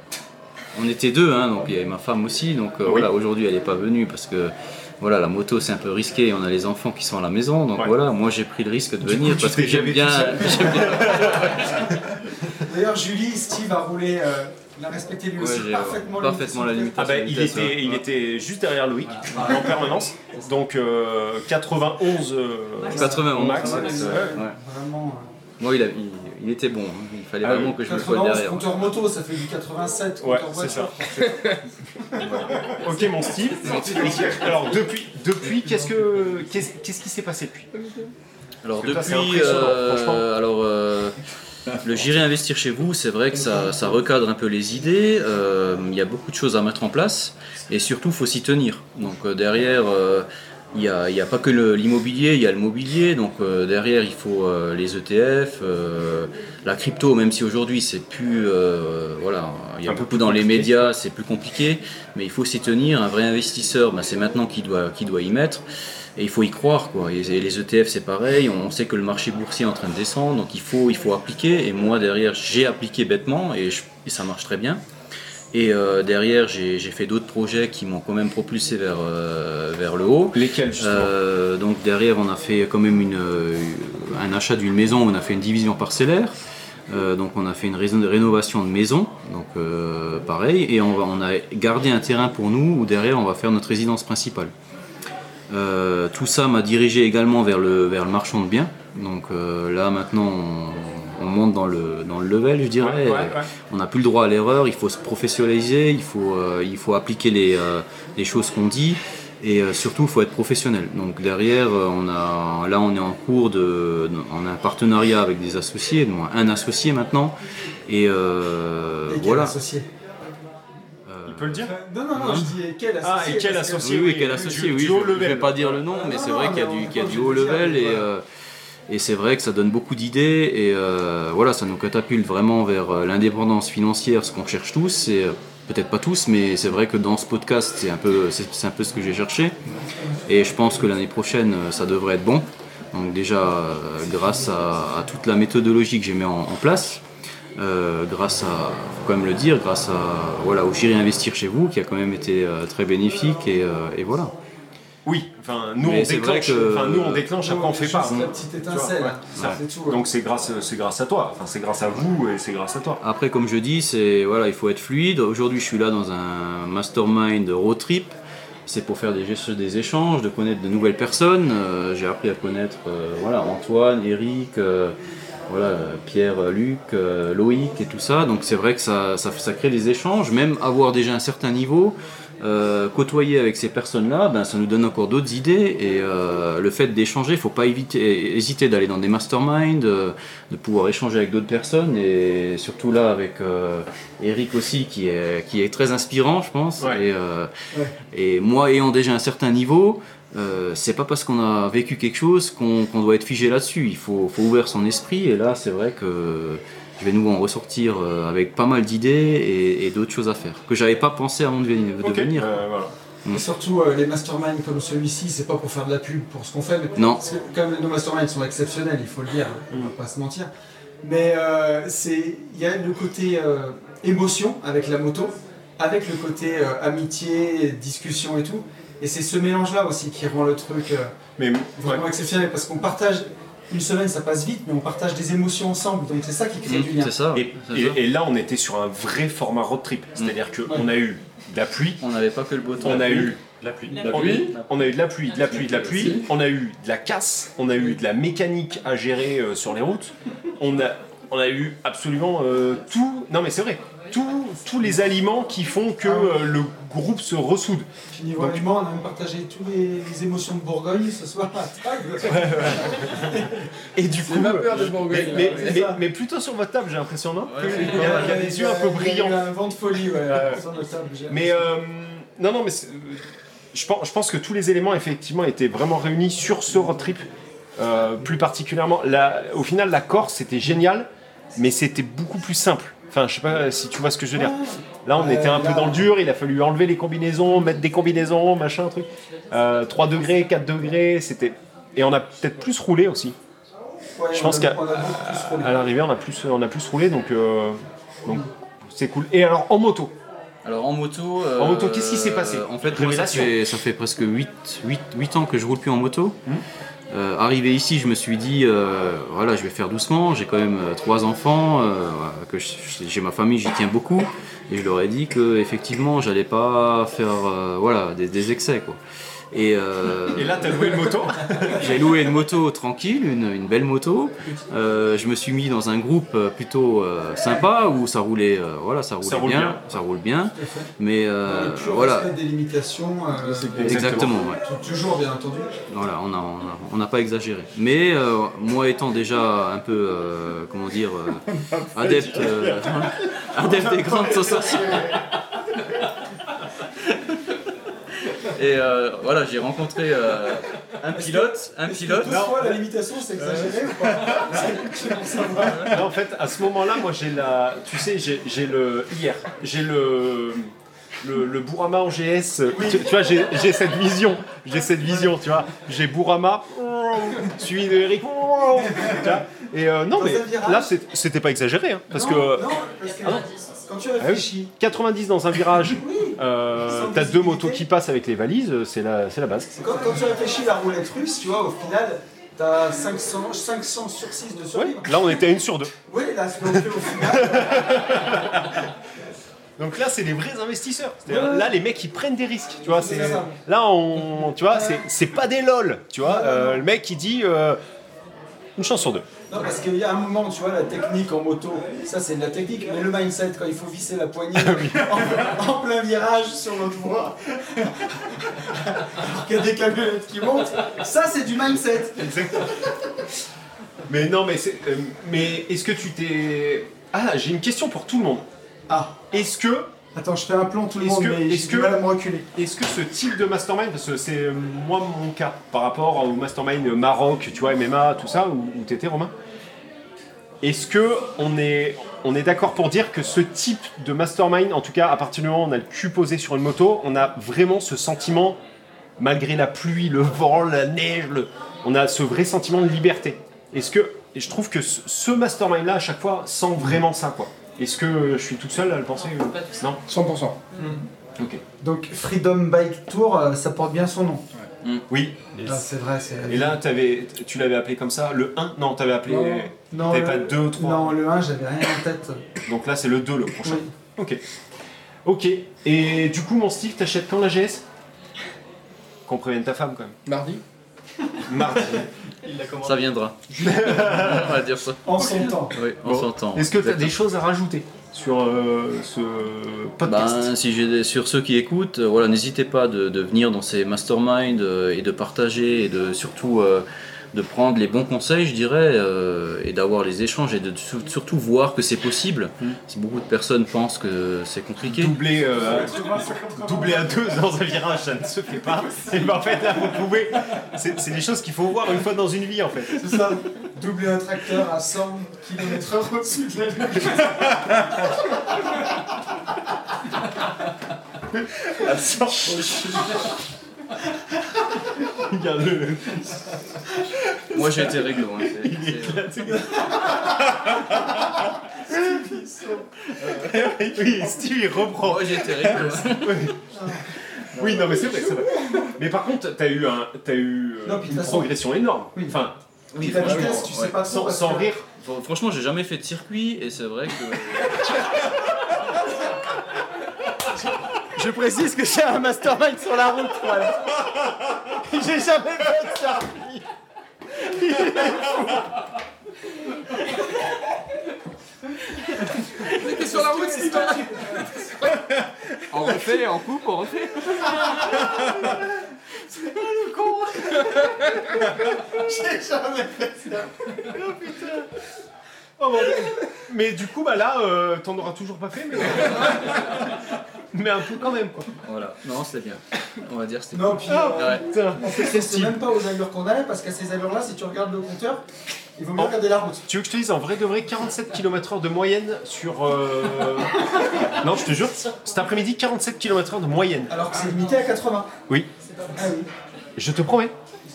Speaker 8: on était deux, hein, donc il y avait ma femme aussi, donc euh,
Speaker 2: Oui.
Speaker 8: voilà, aujourd'hui elle n'est pas venue parce que. Voilà, la moto c'est un peu risqué, on a les enfants qui sont à la maison, donc
Speaker 2: Ouais.
Speaker 8: voilà, moi j'ai pris le risque de
Speaker 2: Du
Speaker 8: venir
Speaker 2: coup, tu
Speaker 8: parce que
Speaker 2: t'es
Speaker 8: j'aime
Speaker 2: gavé
Speaker 8: bien,
Speaker 2: tout seul.
Speaker 8: j'aime bien-
Speaker 1: D'ailleurs, Julie, Steve a roulé, euh, il a respecté lui
Speaker 8: Ouais,
Speaker 1: aussi
Speaker 8: j'ai-
Speaker 1: parfaitement,
Speaker 8: parfaitement la limite.
Speaker 2: Ah bah, il était, il était juste derrière Loïc en permanence, donc euh, 91 euh,
Speaker 8: 91
Speaker 2: max.
Speaker 8: max, ouais.
Speaker 1: Vraiment. euh,
Speaker 8: Moi il, a- il-
Speaker 7: Il était bon, hein. il fallait
Speaker 2: Ah
Speaker 7: vraiment que je me colle
Speaker 1: 91
Speaker 7: derrière.
Speaker 1: compteur moto, ça fait du 87
Speaker 2: Ouais,
Speaker 1: compteur
Speaker 3: c'est
Speaker 1: voiture.
Speaker 3: Ok, mon style.
Speaker 2: Alors depuis, depuis qu'est-ce que qu'est-ce qu'est-ce qui s'est passé depuis
Speaker 7: Alors
Speaker 3: Parce que ça, c'est
Speaker 7: depuis,
Speaker 3: impressionnant,
Speaker 7: euh,
Speaker 3: franchement.
Speaker 7: alors euh, le J'irai investir chez vous, c'est vrai que ça, ça recadre un peu les idées. euh, Il y a beaucoup de choses à mettre en place et surtout faut s'y tenir. Donc euh, derrière, euh, il n'y a, il y a pas que le- l'immobilier, il y a le mobilier. Donc euh, derrière, il faut euh, les ETF, euh, la crypto, même si aujourd'hui c'est plus, euh, voilà, il y a
Speaker 2: Un peu
Speaker 7: beaucoup
Speaker 2: plus
Speaker 7: dans les
Speaker 2: compliqué.
Speaker 7: médias, c'est plus compliqué, mais il faut s'y tenir. Un vrai investisseur, ben, c'est maintenant qu'il doit, qu'il doit y mettre. Et il faut y croire, quoi. Et et les ETF, c'est pareil. On sait que le marché boursier est en train de descendre, donc il faut, il faut appliquer. Et moi, derrière, j'ai appliqué bêtement et, je- et ça marche très bien. Et euh, derrière, j'ai j'ai fait d'autres projets qui m'ont quand même propulsé vers, euh, vers le haut.
Speaker 2: Lesquels justement
Speaker 7: Euh, donc derrière, on a fait quand même une, euh, un achat d'une maison, on a fait une division parcellaire. Euh, donc on a fait une raison- rénovation de maison, donc euh, pareil, et on, va- on a gardé un terrain pour nous où derrière on va faire notre résidence principale. Euh, tout ça m'a dirigé également vers le, vers le marchand de biens. Donc euh, là maintenant on, on monte dans le, dans le level, je dirais.
Speaker 3: Ouais, ouais, ouais.
Speaker 7: On n'a plus le droit à l'erreur, il faut se professionnaliser, il faut, euh, il faut appliquer les, euh, les choses qu'on dit et euh, surtout il faut être professionnel. Donc derrière, euh, on a, là on est en cours de. On a un partenariat avec des associés, donc un associé maintenant. Et, euh,
Speaker 1: Et quel
Speaker 7: voilà.
Speaker 1: associé Euh,
Speaker 7: Euh,
Speaker 3: Il peut le dire
Speaker 1: Non, non, non,
Speaker 7: Non.
Speaker 1: je dis quel associé
Speaker 3: Ah, et quel
Speaker 1: parce que-
Speaker 3: associé
Speaker 7: oui, oui,
Speaker 3: oui,
Speaker 7: quel
Speaker 3: du-
Speaker 7: associé,
Speaker 3: du
Speaker 7: oui, je
Speaker 3: haut
Speaker 7: ne vais
Speaker 3: level.
Speaker 7: pas dire le nom, mais
Speaker 1: non,
Speaker 7: c'est
Speaker 1: non,
Speaker 7: vrai qu'il y a
Speaker 1: mais
Speaker 7: du,
Speaker 1: on
Speaker 7: qu'il y a
Speaker 1: peut
Speaker 7: du
Speaker 1: le
Speaker 7: haut
Speaker 1: dire,
Speaker 7: level
Speaker 1: mais
Speaker 7: et,
Speaker 1: voilà.
Speaker 7: euh, et c'est vrai que ça donne beaucoup d'idées et euh, voilà, ça nous catapulte vraiment vers euh, l'indépendance financière, ce qu'on cherche tous et euh, peut-être pas tous, mais c'est vrai que dans ce podcast, c'est un peu, c'est c'est un peu ce que j'ai cherché et je pense que l'année prochaine, euh, ça devrait être bon. Donc déjà, euh, grâce à, à toute la méthodologie que j'ai mis en, en place, euh, grâce à, faut quand même le dire, grâce à voilà au J'irai investir chez vous, qui a quand même été euh, très bénéfique et, euh, et voilà.
Speaker 2: Oui, enfin nous
Speaker 7: Mais
Speaker 2: on
Speaker 7: c'est
Speaker 2: déclenche,
Speaker 7: vrai que-
Speaker 2: enfin nous on déclenche, après on fait pas. hein.
Speaker 1: Juste La petite étincelle, c'est tout. hein. ouais.
Speaker 2: Donc c'est grâce, c'est grâce à toi, enfin c'est grâce à vous et c'est grâce à toi.
Speaker 7: Après, comme je dis, c'est voilà, il faut être fluide. Aujourd'hui, je suis là dans un mastermind road trip. C'est pour faire des gestes, des échanges, de connaître de nouvelles personnes. Euh, J'ai appris à connaître euh, voilà Antoine, Eric, euh, voilà euh, Pierre, euh, Luc, euh, Loïc et tout ça. Donc c'est vrai que ça, ça, ça crée des échanges, même avoir déjà un certain niveau. euh, côtoyer avec ces personnes-là, ben, ça nous donne encore d'autres idées et euh, le fait d'échanger, faut pas éviter, hésiter d'aller dans des masterminds, euh, de pouvoir échanger avec d'autres personnes et surtout là avec euh, Eric aussi qui est, qui est très inspirant je pense
Speaker 2: Ouais.
Speaker 7: et, euh,
Speaker 1: Ouais.
Speaker 7: et moi ayant déjà un certain niveau euh, c'est pas parce qu'on a vécu quelque chose qu'on qu'on doit être figé là-dessus il faut, faut ouvrir son esprit et là c'est vrai que je vais nous en ressortir euh, avec pas mal d'idées et, et d'autres choses à faire que j'avais pas pensé avant de venir, de
Speaker 2: Ok,
Speaker 7: venir.
Speaker 2: euh, voilà.
Speaker 1: Et surtout, euh, les masterminds comme celui-ci, c'est pas pour faire de la pub pour ce qu'on fait, mais
Speaker 7: non
Speaker 1: Parce que, quand même, nos masterminds sont exceptionnels, il faut le dire, hein, on va pas se mentir. Mais euh, c'est, il y a le côté euh, émotion avec la moto, avec le côté euh, amitié, discussion et tout. Et c'est ce mélange-là aussi qui rend le truc euh,
Speaker 2: Mais
Speaker 1: vraiment exceptionnel parce qu'on partage. Une semaine, ça passe vite, mais on partage des émotions ensemble, donc c'est ça qui crée du lien.
Speaker 7: Mm. c'est ça,
Speaker 2: et,
Speaker 7: Ah, c'est ça. Mm.
Speaker 2: et- et là on était sur un vrai format road trip, c'est-à-dire que on a eu de la pluie,
Speaker 7: on n'avait pas que le beau temps
Speaker 2: on a eu
Speaker 3: La pluie.
Speaker 9: La
Speaker 2: On a, eu, on a eu de la pluie, de la pluie, de la pluie. On a eu de la casse. On a eu de la mécanique à gérer euh, sur les routes. On a, on a eu absolument euh, tout. Non, mais c'est vrai. Tout- tous les aliments qui font que
Speaker 10: Ah
Speaker 2: euh, le groupe se ressoude.
Speaker 1: Puis niveau aliment, on a même partagé toutes les, les émotions de Bourgogne ce soir à table.
Speaker 2: Et du coup.
Speaker 10: C'est ma peur de
Speaker 2: Mais,
Speaker 10: Bourgogne.
Speaker 2: mais-
Speaker 10: là.
Speaker 2: mais- mais plutôt sur votre table, j'ai l'impression, non Il y a- il y a, des yeux un peu
Speaker 1: Il y a eu
Speaker 2: brillants.
Speaker 1: Un vent de folie, ouais.
Speaker 2: Ouais.
Speaker 1: sur notre table, j'ai-
Speaker 2: Mais euh, non, non, mais c'est- euh, je pense, je pense que tous les éléments effectivement étaient vraiment réunis sur ce road trip. Euh, plus particulièrement, la- au final, la Corse c'était génial, mais c'était beaucoup plus simple. Enfin, je sais pas si tu vois ce que je veux dire. Là, on
Speaker 1: Ouais,
Speaker 2: était un
Speaker 1: là-
Speaker 2: peu dans le dur. Il a fallu enlever les combinaisons, mettre des combinaisons, machin, truc. Euh, 3 degrés, 4 degrés, c'était. Et on a peut-être plus roulé aussi.
Speaker 1: Ouais,
Speaker 2: Je
Speaker 1: on
Speaker 2: pense
Speaker 1: a-
Speaker 2: qu'à
Speaker 1: on a beaucoup plus
Speaker 7: Euh,
Speaker 1: roulé.
Speaker 2: À l'arrivée, on a plus, on a plus roulé, donc euh, donc c'est cool. Et alors en moto.
Speaker 7: Alors en moto. euh,
Speaker 2: En moto, qu'est-ce qui s'est passé
Speaker 7: En fait, moi, ça
Speaker 2: Révélation.
Speaker 7: fait, ça fait presque 8, 8, 8 ans que je roule plus en moto.
Speaker 2: Mhm.
Speaker 7: Euh, arrivé ici, je me suis dit, euh, voilà, je vais faire doucement. J'ai quand même euh, trois enfants, euh, que je- j'ai ma famille, j'y tiens beaucoup. Et je leur ai dit que effectivement, j'allais pas faire euh, voilà des, des excès quoi. Et, euh,
Speaker 3: Et là, t'as loué le moto
Speaker 7: j'ai loué une moto tranquille, une, une belle moto. Euh, je me suis mis dans un groupe euh, plutôt euh, sympa où ça roulait, euh, voilà, ça roulait
Speaker 3: Ça roule
Speaker 7: bien,
Speaker 3: bien.
Speaker 7: ça roule bien.
Speaker 1: Tout à fait.
Speaker 7: Mais euh,
Speaker 1: Et puis, on
Speaker 7: voilà,
Speaker 1: respecte des limitations, euh,
Speaker 7: exactement. ouais.
Speaker 1: tout- toujours bien entendu.
Speaker 7: Voilà, on n'a on a- on n'a pas exagéré. Mais euh, moi étant déjà un peu, euh, comment dire, euh, adepte, euh, adepte des grandes sensations. Et euh, voilà, j'ai rencontré euh, un pilote, un pilote.
Speaker 1: Toutefois, la limitation, c'est exagéré ou pas C'est pour savoir.
Speaker 2: Non, en fait, à ce moment-là, moi j'ai la. Tu sais, j'ai j'ai le. Hier, j'ai le. Le, le Bourama en GS, tu, tu vois, j'ai j'ai cette vision, j'ai cette vision, tu vois. J'ai Bourama, celui de Eric, tu vois. Et euh, non,
Speaker 1: Dans
Speaker 2: mais
Speaker 1: un virage.
Speaker 2: là, c'est- c'était pas exagéré, hein, parce
Speaker 1: Non,
Speaker 2: que
Speaker 1: non, parce
Speaker 5: Ah
Speaker 1: que quand tu
Speaker 2: Ah oui,
Speaker 1: réfléchis,
Speaker 2: 90 dans un virage, euh,
Speaker 1: Sans
Speaker 2: t'as deux
Speaker 1: visibilité.
Speaker 2: motos qui passent avec les valises, euh, c'est la, c'est la base.
Speaker 1: quand, quand tu réfléchis la roulette russe, tu vois, au final, t'as 500, 500 sur 6 de
Speaker 2: Ouais,
Speaker 1: survivre.
Speaker 2: là, on était à une sur deux.
Speaker 1: Oui, là, c'est donc au final.
Speaker 2: Donc là, c'est les vrais investisseurs. C'est-à-dire, Là, les mecs, ils prennent des risques. Tu vois, c'est
Speaker 1: C'est ça.
Speaker 2: là, on, tu vois, c'est c'est pas des lol. Tu vois, Euh, le mec, il dit euh, une chance sur deux.
Speaker 1: Non, parce qu'il y a un moment, tu vois, la technique en moto, ça c'est de la technique, mais le mindset, quand il faut visser la poignée
Speaker 2: Ah
Speaker 1: en, en plein virage sur l'autre voie, alors qu'il y a des camionnettes qui montent, ça c'est du mindset.
Speaker 2: Mais non, mais c'est- euh, mais est-ce que tu t'es ah, j'ai une question pour tout le monde.
Speaker 1: Ah,
Speaker 2: Est-ce que
Speaker 1: attends, je fais un plan tout le
Speaker 2: Est-ce
Speaker 1: monde,
Speaker 2: que-
Speaker 1: mais
Speaker 2: est-ce
Speaker 1: j'ai du
Speaker 2: que-
Speaker 1: mal à me reculer.
Speaker 2: Est-ce que ce type de mastermind, parce que c'est euh, moi mon cas, par rapport au mastermind Maroc, tu vois, MMA, tout ça, où, où t'étais Romain, est-ce que on est, on est d'accord pour dire que ce type de mastermind, en tout cas à partir du moment où on a le cul posé sur une moto, on a vraiment ce sentiment, malgré la pluie, le vent, la neige, le- on a ce vrai sentiment de liberté. Est-ce que, et je trouve que ce, ce mastermind-là, à chaque fois, sent vraiment ça, quoi. Est-ce que euh, je suis tout seul à le penser ou- Non
Speaker 9: 100%.
Speaker 1: Donc Freedom Bike Tour, euh, ça porte bien son nom.
Speaker 2: Oui.
Speaker 1: Ah, c'est vrai, c'est...
Speaker 2: Et là, t'avais- tu l'avais appelé comme ça Le 1 Non, t'avais appelé.
Speaker 1: Non, non,
Speaker 2: t'avais
Speaker 1: le-
Speaker 2: pas 2 ou 3
Speaker 1: Non, le 1, j'avais rien en tête.
Speaker 2: Donc là, c'est le 2 le prochain.
Speaker 1: Oui.
Speaker 2: Ok. Ok. Et du coup, mon Steve, t'achètes quand la GS Qu'on prévienne ta femme quand même.
Speaker 9: Mardi
Speaker 2: Mardi.
Speaker 7: Ça viendra. On va dire ça.
Speaker 1: En son temps.
Speaker 7: Oui, on
Speaker 2: Bon.
Speaker 7: s'entend.
Speaker 2: Est-ce que t'as des choses à rajouter sur euh, ce podcast
Speaker 7: ben, si j'ai des- sur ceux qui écoutent, euh, voilà, n'hésitez pas de, de venir dans ces masterminds euh, et de partager et de surtout euh, de prendre les bons conseils, je dirais, euh, et d'avoir les échanges et de su- surtout voir que c'est possible.
Speaker 2: Hmm.
Speaker 7: Parce que Beaucoup de personnes pensent que c'est compliqué.
Speaker 2: Doublé, euh, doublé à deux dans un virage, ça ne se fait pas. Mais en fait, là, vous pouvez. C'est c'est des choses qu'il faut voir une fois dans une vie, en fait.
Speaker 1: C'est ça. Doubler un tracteur à 100 km/h au-dessus de la lune.
Speaker 2: Regarde-le.
Speaker 7: Moi j'ai été réglo. hein, c'est- c'est-
Speaker 2: Oui, Steve, il reprend.
Speaker 7: Moi j'ai été réglo. hein.
Speaker 2: Oui, non, mais c'est vrai, c'est vrai. Mais par contre, t'as eu, un, t'as eu euh,
Speaker 1: Non, puis de
Speaker 2: une
Speaker 1: toute façon-
Speaker 2: progression énorme.
Speaker 1: Oui.
Speaker 2: Enfin,
Speaker 1: bah Oui, la vitesse, tu sais pas trop.
Speaker 2: sans,
Speaker 1: parce
Speaker 2: sans
Speaker 1: que-
Speaker 2: rire.
Speaker 7: Fr- Franchement, j'ai jamais fait de circuit et c'est vrai que.
Speaker 11: Je précise que j'ai un mastermind sur la route, voilà. J'ai jamais fait ça.
Speaker 9: sur la route, Steve On refait, on coupe, on refait.
Speaker 2: Oh, bordel. mais du coup, bah là, euh, t'en auras toujours pas fait, mais. mais un peu quand même, quoi.
Speaker 7: Voilà, non, c'était bien. On va dire c'était
Speaker 1: Non, puis euh,
Speaker 7: Ouais.
Speaker 2: Putain.
Speaker 1: on fait c'est même pas aux allures qu'on avait parce qu'à ces allures-là, si tu regardes le compteur, il vaut mieux
Speaker 2: Oh.
Speaker 1: regarder la route.
Speaker 2: Tu veux que je te dise en vrai de vrai 47 km/h de moyenne sur. euh, non, je te jure, cet après-midi, 47 km/h de moyenne.
Speaker 1: Alors que c'est limité à 80.
Speaker 2: Oui.
Speaker 1: Ah oui.
Speaker 2: Je te promets.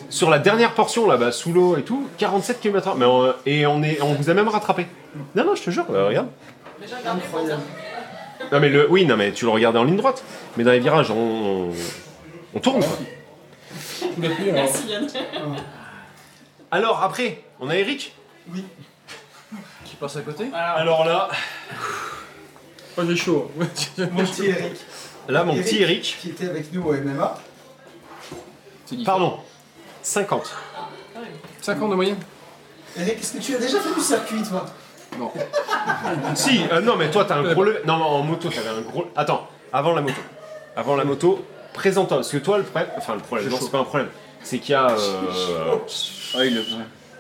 Speaker 2: Sur la dernière portion, là, bas sous l'eau et tout, 47 km/h. Mais on- et on, est, on vous a même rattrapé. Non, non, je te jure, euh, regarde.
Speaker 1: Incroyable.
Speaker 2: Non mais le, oui, non mais tu le regardais en ligne droite, mais dans les virages on, on, on tourne. quoi.
Speaker 9: Tout le pied, alors.
Speaker 2: Ah. Alors après, on a Eric.
Speaker 7: Qui passe à côté
Speaker 2: Alors là,
Speaker 12: Oh, j'ai chaud.
Speaker 1: Mon petit Eric.
Speaker 2: Là, mon petit Eric.
Speaker 1: Qui était avec nous au MMA.
Speaker 2: Pardon. 50.
Speaker 7: 5 ans de moyenne
Speaker 1: Eric, est-ce que tu as déjà fait du circuit, toi
Speaker 7: Non.
Speaker 2: si, euh, non, mais toi, t'as un gros levé. Non, mais en moto, t'avais un gros. Attends, avant la moto. Avant la moto, présente-toi. Parce que toi, le problème. Enfin, le problème, non, c'est pas un problème. C'est qu'il y a. euh,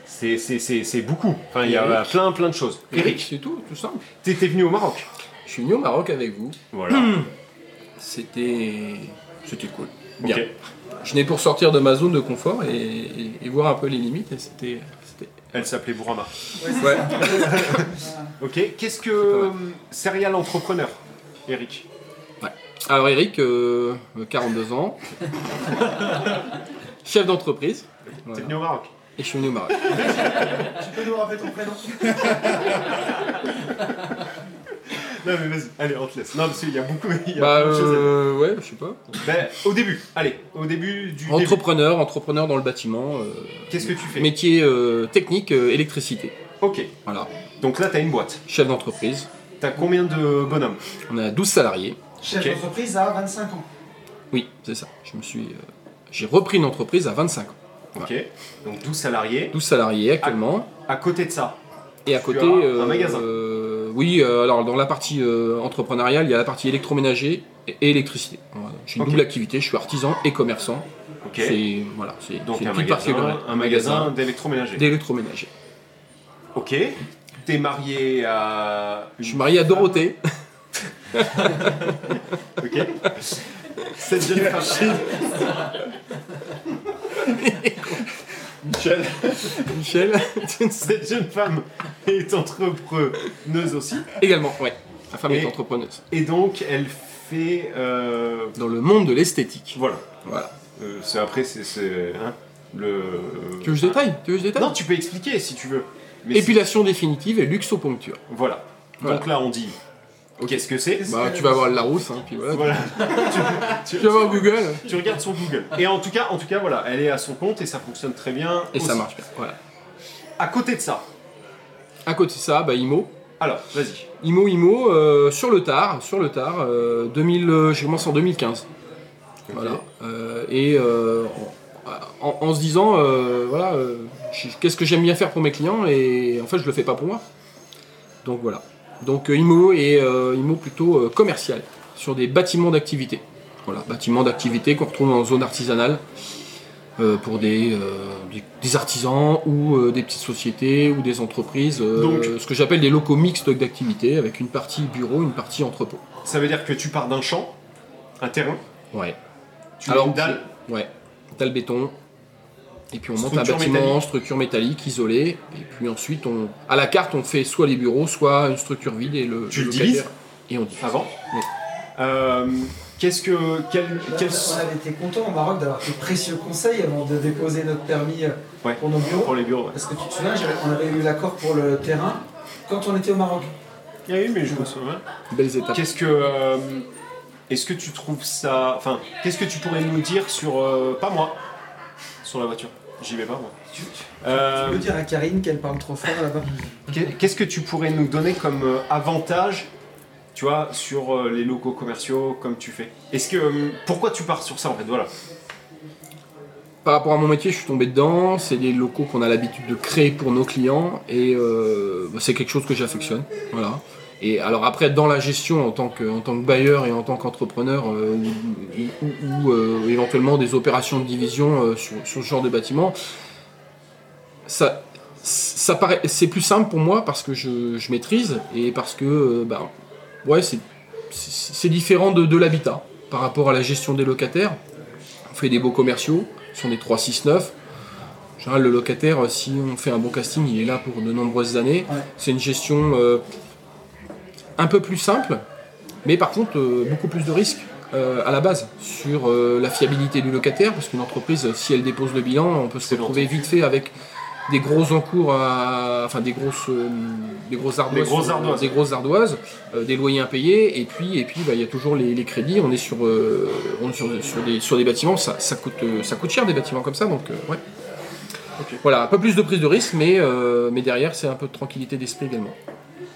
Speaker 2: C'est, c'est, c'est, c'est beaucoup. Enfin, il y a
Speaker 12: Eric.
Speaker 2: plein, plein de choses.
Speaker 12: Eric,
Speaker 2: Eric,
Speaker 12: c'est tout, tout simple.
Speaker 2: t'étais venu au Maroc. Mmh.
Speaker 12: Je suis venu au Maroc avec vous.
Speaker 2: Voilà.
Speaker 12: C'était. C'était cool. Bien.
Speaker 2: Ok.
Speaker 12: Je venais pour sortir de ma zone de confort et, et- et voir un peu les limites et c'était. c'était-
Speaker 2: Elle s'appelait Bourama.
Speaker 12: Ouais.
Speaker 2: ok, qu'est-ce que. euh, Serial entrepreneur, Eric.
Speaker 12: Ouais. Alors, Eric, euh, 42 ans, chef d'entreprise.
Speaker 2: T'es
Speaker 12: Voilà.
Speaker 2: venu au Maroc.
Speaker 12: Et je suis venu au Maroc.
Speaker 1: Tu peux nous rappeler ton prénom
Speaker 2: Non, mais vas-y, allez, on te laisse. Non, parce qu'il y a beaucoup. Il y a
Speaker 12: Bah,
Speaker 2: plein de choses à dire.
Speaker 12: euh, ouais, je sais pas.
Speaker 2: Ben, au début, allez, au début du. début.
Speaker 12: Entrepreneur, entrepreneur dans le bâtiment. euh,
Speaker 2: Qu'est-ce que tu fais
Speaker 12: Métier euh, technique, euh, électricité.
Speaker 2: Ok,
Speaker 12: Voilà.
Speaker 2: donc là, t'as une boîte.
Speaker 12: Chef d'entreprise.
Speaker 2: T'as combien de bonhommes
Speaker 12: On a 12 salariés.
Speaker 1: Chef
Speaker 2: Ok.
Speaker 1: d'entreprise à 25 ans.
Speaker 12: Oui, c'est ça. Je me suis, euh, j'ai repris une entreprise à 25 ans.
Speaker 2: Ok, donc 12 salariés.
Speaker 12: 12 salariés actuellement.
Speaker 2: À côté de ça,
Speaker 12: Et à
Speaker 2: tu
Speaker 12: côté.
Speaker 2: as un magasin.
Speaker 12: euh, oui, euh, alors dans la partie euh, entrepreneuriale, il y a la partie électroménager et et électricité. Voilà. J'ai une
Speaker 2: Ok.
Speaker 12: double activité, je suis artisan et commerçant.
Speaker 2: ok.
Speaker 12: C'est voilà, c'est
Speaker 2: Donc
Speaker 12: c'est une
Speaker 2: un magasin,
Speaker 12: petite particularité.
Speaker 2: un magasin d'électroménager.
Speaker 12: d'électroménager.
Speaker 2: Ok. T'es marié à.
Speaker 12: Je suis marié à Dorothée.
Speaker 2: Ok. Cette jeune femme. Michel.
Speaker 12: Michel
Speaker 2: Cette jeune femme est entrepreneuse aussi.
Speaker 12: également, ouais. Ma femme
Speaker 2: Et-
Speaker 12: est entrepreneuse.
Speaker 2: Et donc, elle fait. euh,
Speaker 12: Dans le monde de l'esthétique.
Speaker 2: Voilà.
Speaker 12: Voilà.
Speaker 2: Euh, c'est après, c'est. c'est, hein, le.
Speaker 12: Tu veux que je détaille Tu veux que je détaille
Speaker 2: Non, tu peux expliquer si tu veux. Mais c'est-
Speaker 12: Épilation définitive et luxoponcture.
Speaker 2: Voilà.
Speaker 12: Voilà.
Speaker 2: Donc là, on dit. Qu'est-ce que c'est
Speaker 12: Bah, tu vas voir le Larousse, hein, puis voilà.
Speaker 2: Voilà.
Speaker 12: Tu vas voir Google.
Speaker 2: Tu regardes son Google. Et en tout cas, en tout cas, voilà, elle est à son compte et ça fonctionne très bien.
Speaker 12: Et ça
Speaker 2: aussi.
Speaker 12: marche bien. Voilà.
Speaker 2: À côté de ça,
Speaker 12: À côté de ça, bah, IMO.
Speaker 2: alors, vas-y.
Speaker 12: IMO, IMO, euh, sur le tard, sur le tard, euh, 2000, euh, j'ai commencé en 2015. Voilà. Euh, et euh, en, en- en se disant, euh, voilà, euh, je- qu'est-ce que j'aime bien faire pour mes clients et en fait, je le fais pas pour moi. Donc voilà. Donc euh, IMO et euh, IMO plutôt euh, commercial, sur des bâtiments d'activité. Voilà, bâtiments d'activité qu'on retrouve en zone artisanale. euh, pour des, euh, des- des artisans ou euh, des petites sociétés ou des entreprises, euh,
Speaker 2: Donc,
Speaker 12: ce que j'appelle des locaux mixtes d'activité avec une partie bureau, une partie entrepôt.
Speaker 2: Ça veut dire que tu pars d'un champ, un terrain,
Speaker 12: Ouais.
Speaker 2: tu mets une dalle.
Speaker 12: Ouais. Dalle béton. Et puis on monte un
Speaker 2: Structure
Speaker 12: bâtiment,
Speaker 2: métallique.
Speaker 12: structure métallique isolée. Et puis ensuite, on, à la carte, on fait soit les bureaux, soit une structure vide et le.
Speaker 2: Tu
Speaker 12: le
Speaker 2: le
Speaker 12: locataire-
Speaker 2: divises
Speaker 12: Et on divise.
Speaker 2: avant.
Speaker 12: Oui.
Speaker 2: Euh, Qu'est-ce que. Quel,
Speaker 1: Euh, On
Speaker 2: quel-
Speaker 1: avait été content au Maroc d'avoir tes précieux conseils avant de déposer notre permis euh,
Speaker 2: Ouais.
Speaker 1: pour nos bureaux.
Speaker 2: Pour les bureaux, ouais.
Speaker 1: Parce que tu te souviens, j'avais- on avait eu l'accord pour le terrain quand on était au Maroc.
Speaker 2: Ah oui, mais je me souviens.
Speaker 12: Belles étapes.
Speaker 2: Qu'est-ce que. euh, Est-ce que tu trouves ça. Enfin, qu'est-ce que tu pourrais nous dire sur. euh, pas moi. Sur la voiture. J'y vais pas, moi.
Speaker 1: Je
Speaker 2: Euh,
Speaker 1: peux dire à Karine qu'elle parle trop fort là-bas.
Speaker 2: Qu'est- Qu'est-ce que tu pourrais nous donner comme euh, avantage, tu vois, sur euh, les locaux commerciaux, comme tu fais Est-ce que euh, pourquoi tu pars sur ça en fait Voilà.
Speaker 12: Par rapport à mon métier, je suis tombé dedans. C'est des locaux qu'on a l'habitude de créer pour nos clients et euh, bah, c'est quelque chose que j'affectionne. Voilà. Et alors après, dans la gestion en tant que, en tant que bailleur et en tant qu'entrepreneur euh, ou, ou- ou, euh, éventuellement des opérations de division euh, sur, sur ce genre de bâtiment, ça, ça paraît, c'est plus simple pour moi parce que je, je maîtrise et parce que euh, bah, ouais, c'est, c'est c'est différent de, de l'habitat par rapport à la gestion des locataires. On fait des beaux commerciaux, ce sont des 3-6-9. En général, le locataire, euh, si on fait un bon casting, il est là pour de nombreuses années.
Speaker 1: Ouais.
Speaker 12: C'est une gestion euh, un peu plus simple, mais par contre, euh, beaucoup plus de risques. euh, à la base sur euh, la fiabilité du locataire parce qu'une entreprise si elle dépose le bilan on peut se
Speaker 2: C'est
Speaker 12: retrouver vite fait avec des gros encours à enfin des grosses euh, des grosses ardoises
Speaker 2: Des grosses
Speaker 12: sur-
Speaker 2: ardoises.
Speaker 12: des grosses ardoises, euh, des loyers impayés et puis et puis bah, il y a toujours les, les crédits on est sur euh, on est sur, sur des sur des bâtiments ça, ça coûte euh, ça coûte cher des bâtiments comme ça donc euh, ouais voilà un peu plus de prise de risque mais euh, mais derrière c'est un peu de tranquillité d'esprit également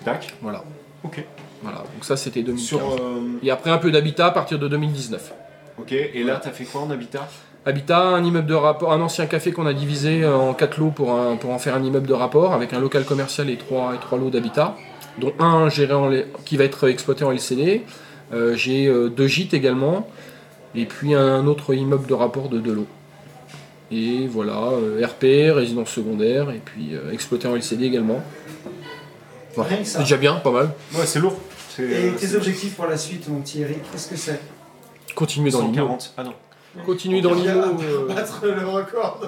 Speaker 2: Dac.
Speaker 12: voilà
Speaker 2: Ok.
Speaker 12: Voilà, donc ça c'était 2015.
Speaker 2: Sur, euh,
Speaker 12: Et après un peu d'habitat à partir de 2019.
Speaker 2: Ok, et là, t'as fait quoi en habitat
Speaker 12: Habitat, un immeuble de rapport, un ancien café qu'on a divisé euh, en quatre lots pour, un- pour en faire un immeuble de rapport avec un local commercial et trois, et trois lots d'habitat, dont un géré en L- qui va être exploité en LCD. Euh, J'ai euh, deux gîtes également, et puis un autre immeuble de rapport de deux lots. Et voilà, euh, RP, résidence secondaire, et puis euh, exploité en LCD également. Voilà.
Speaker 1: Rien que ça.
Speaker 12: C'est déjà bien, pas mal.
Speaker 2: Ouais, c'est euh, lourd.
Speaker 1: Et tes objectifs pour la suite, mon petit Eric, qu'est-ce que c'est
Speaker 12: Continuer dans l'immo.
Speaker 2: 140. Ah non.
Speaker 12: Continuer dans l'immo. euh,
Speaker 1: Battre le record.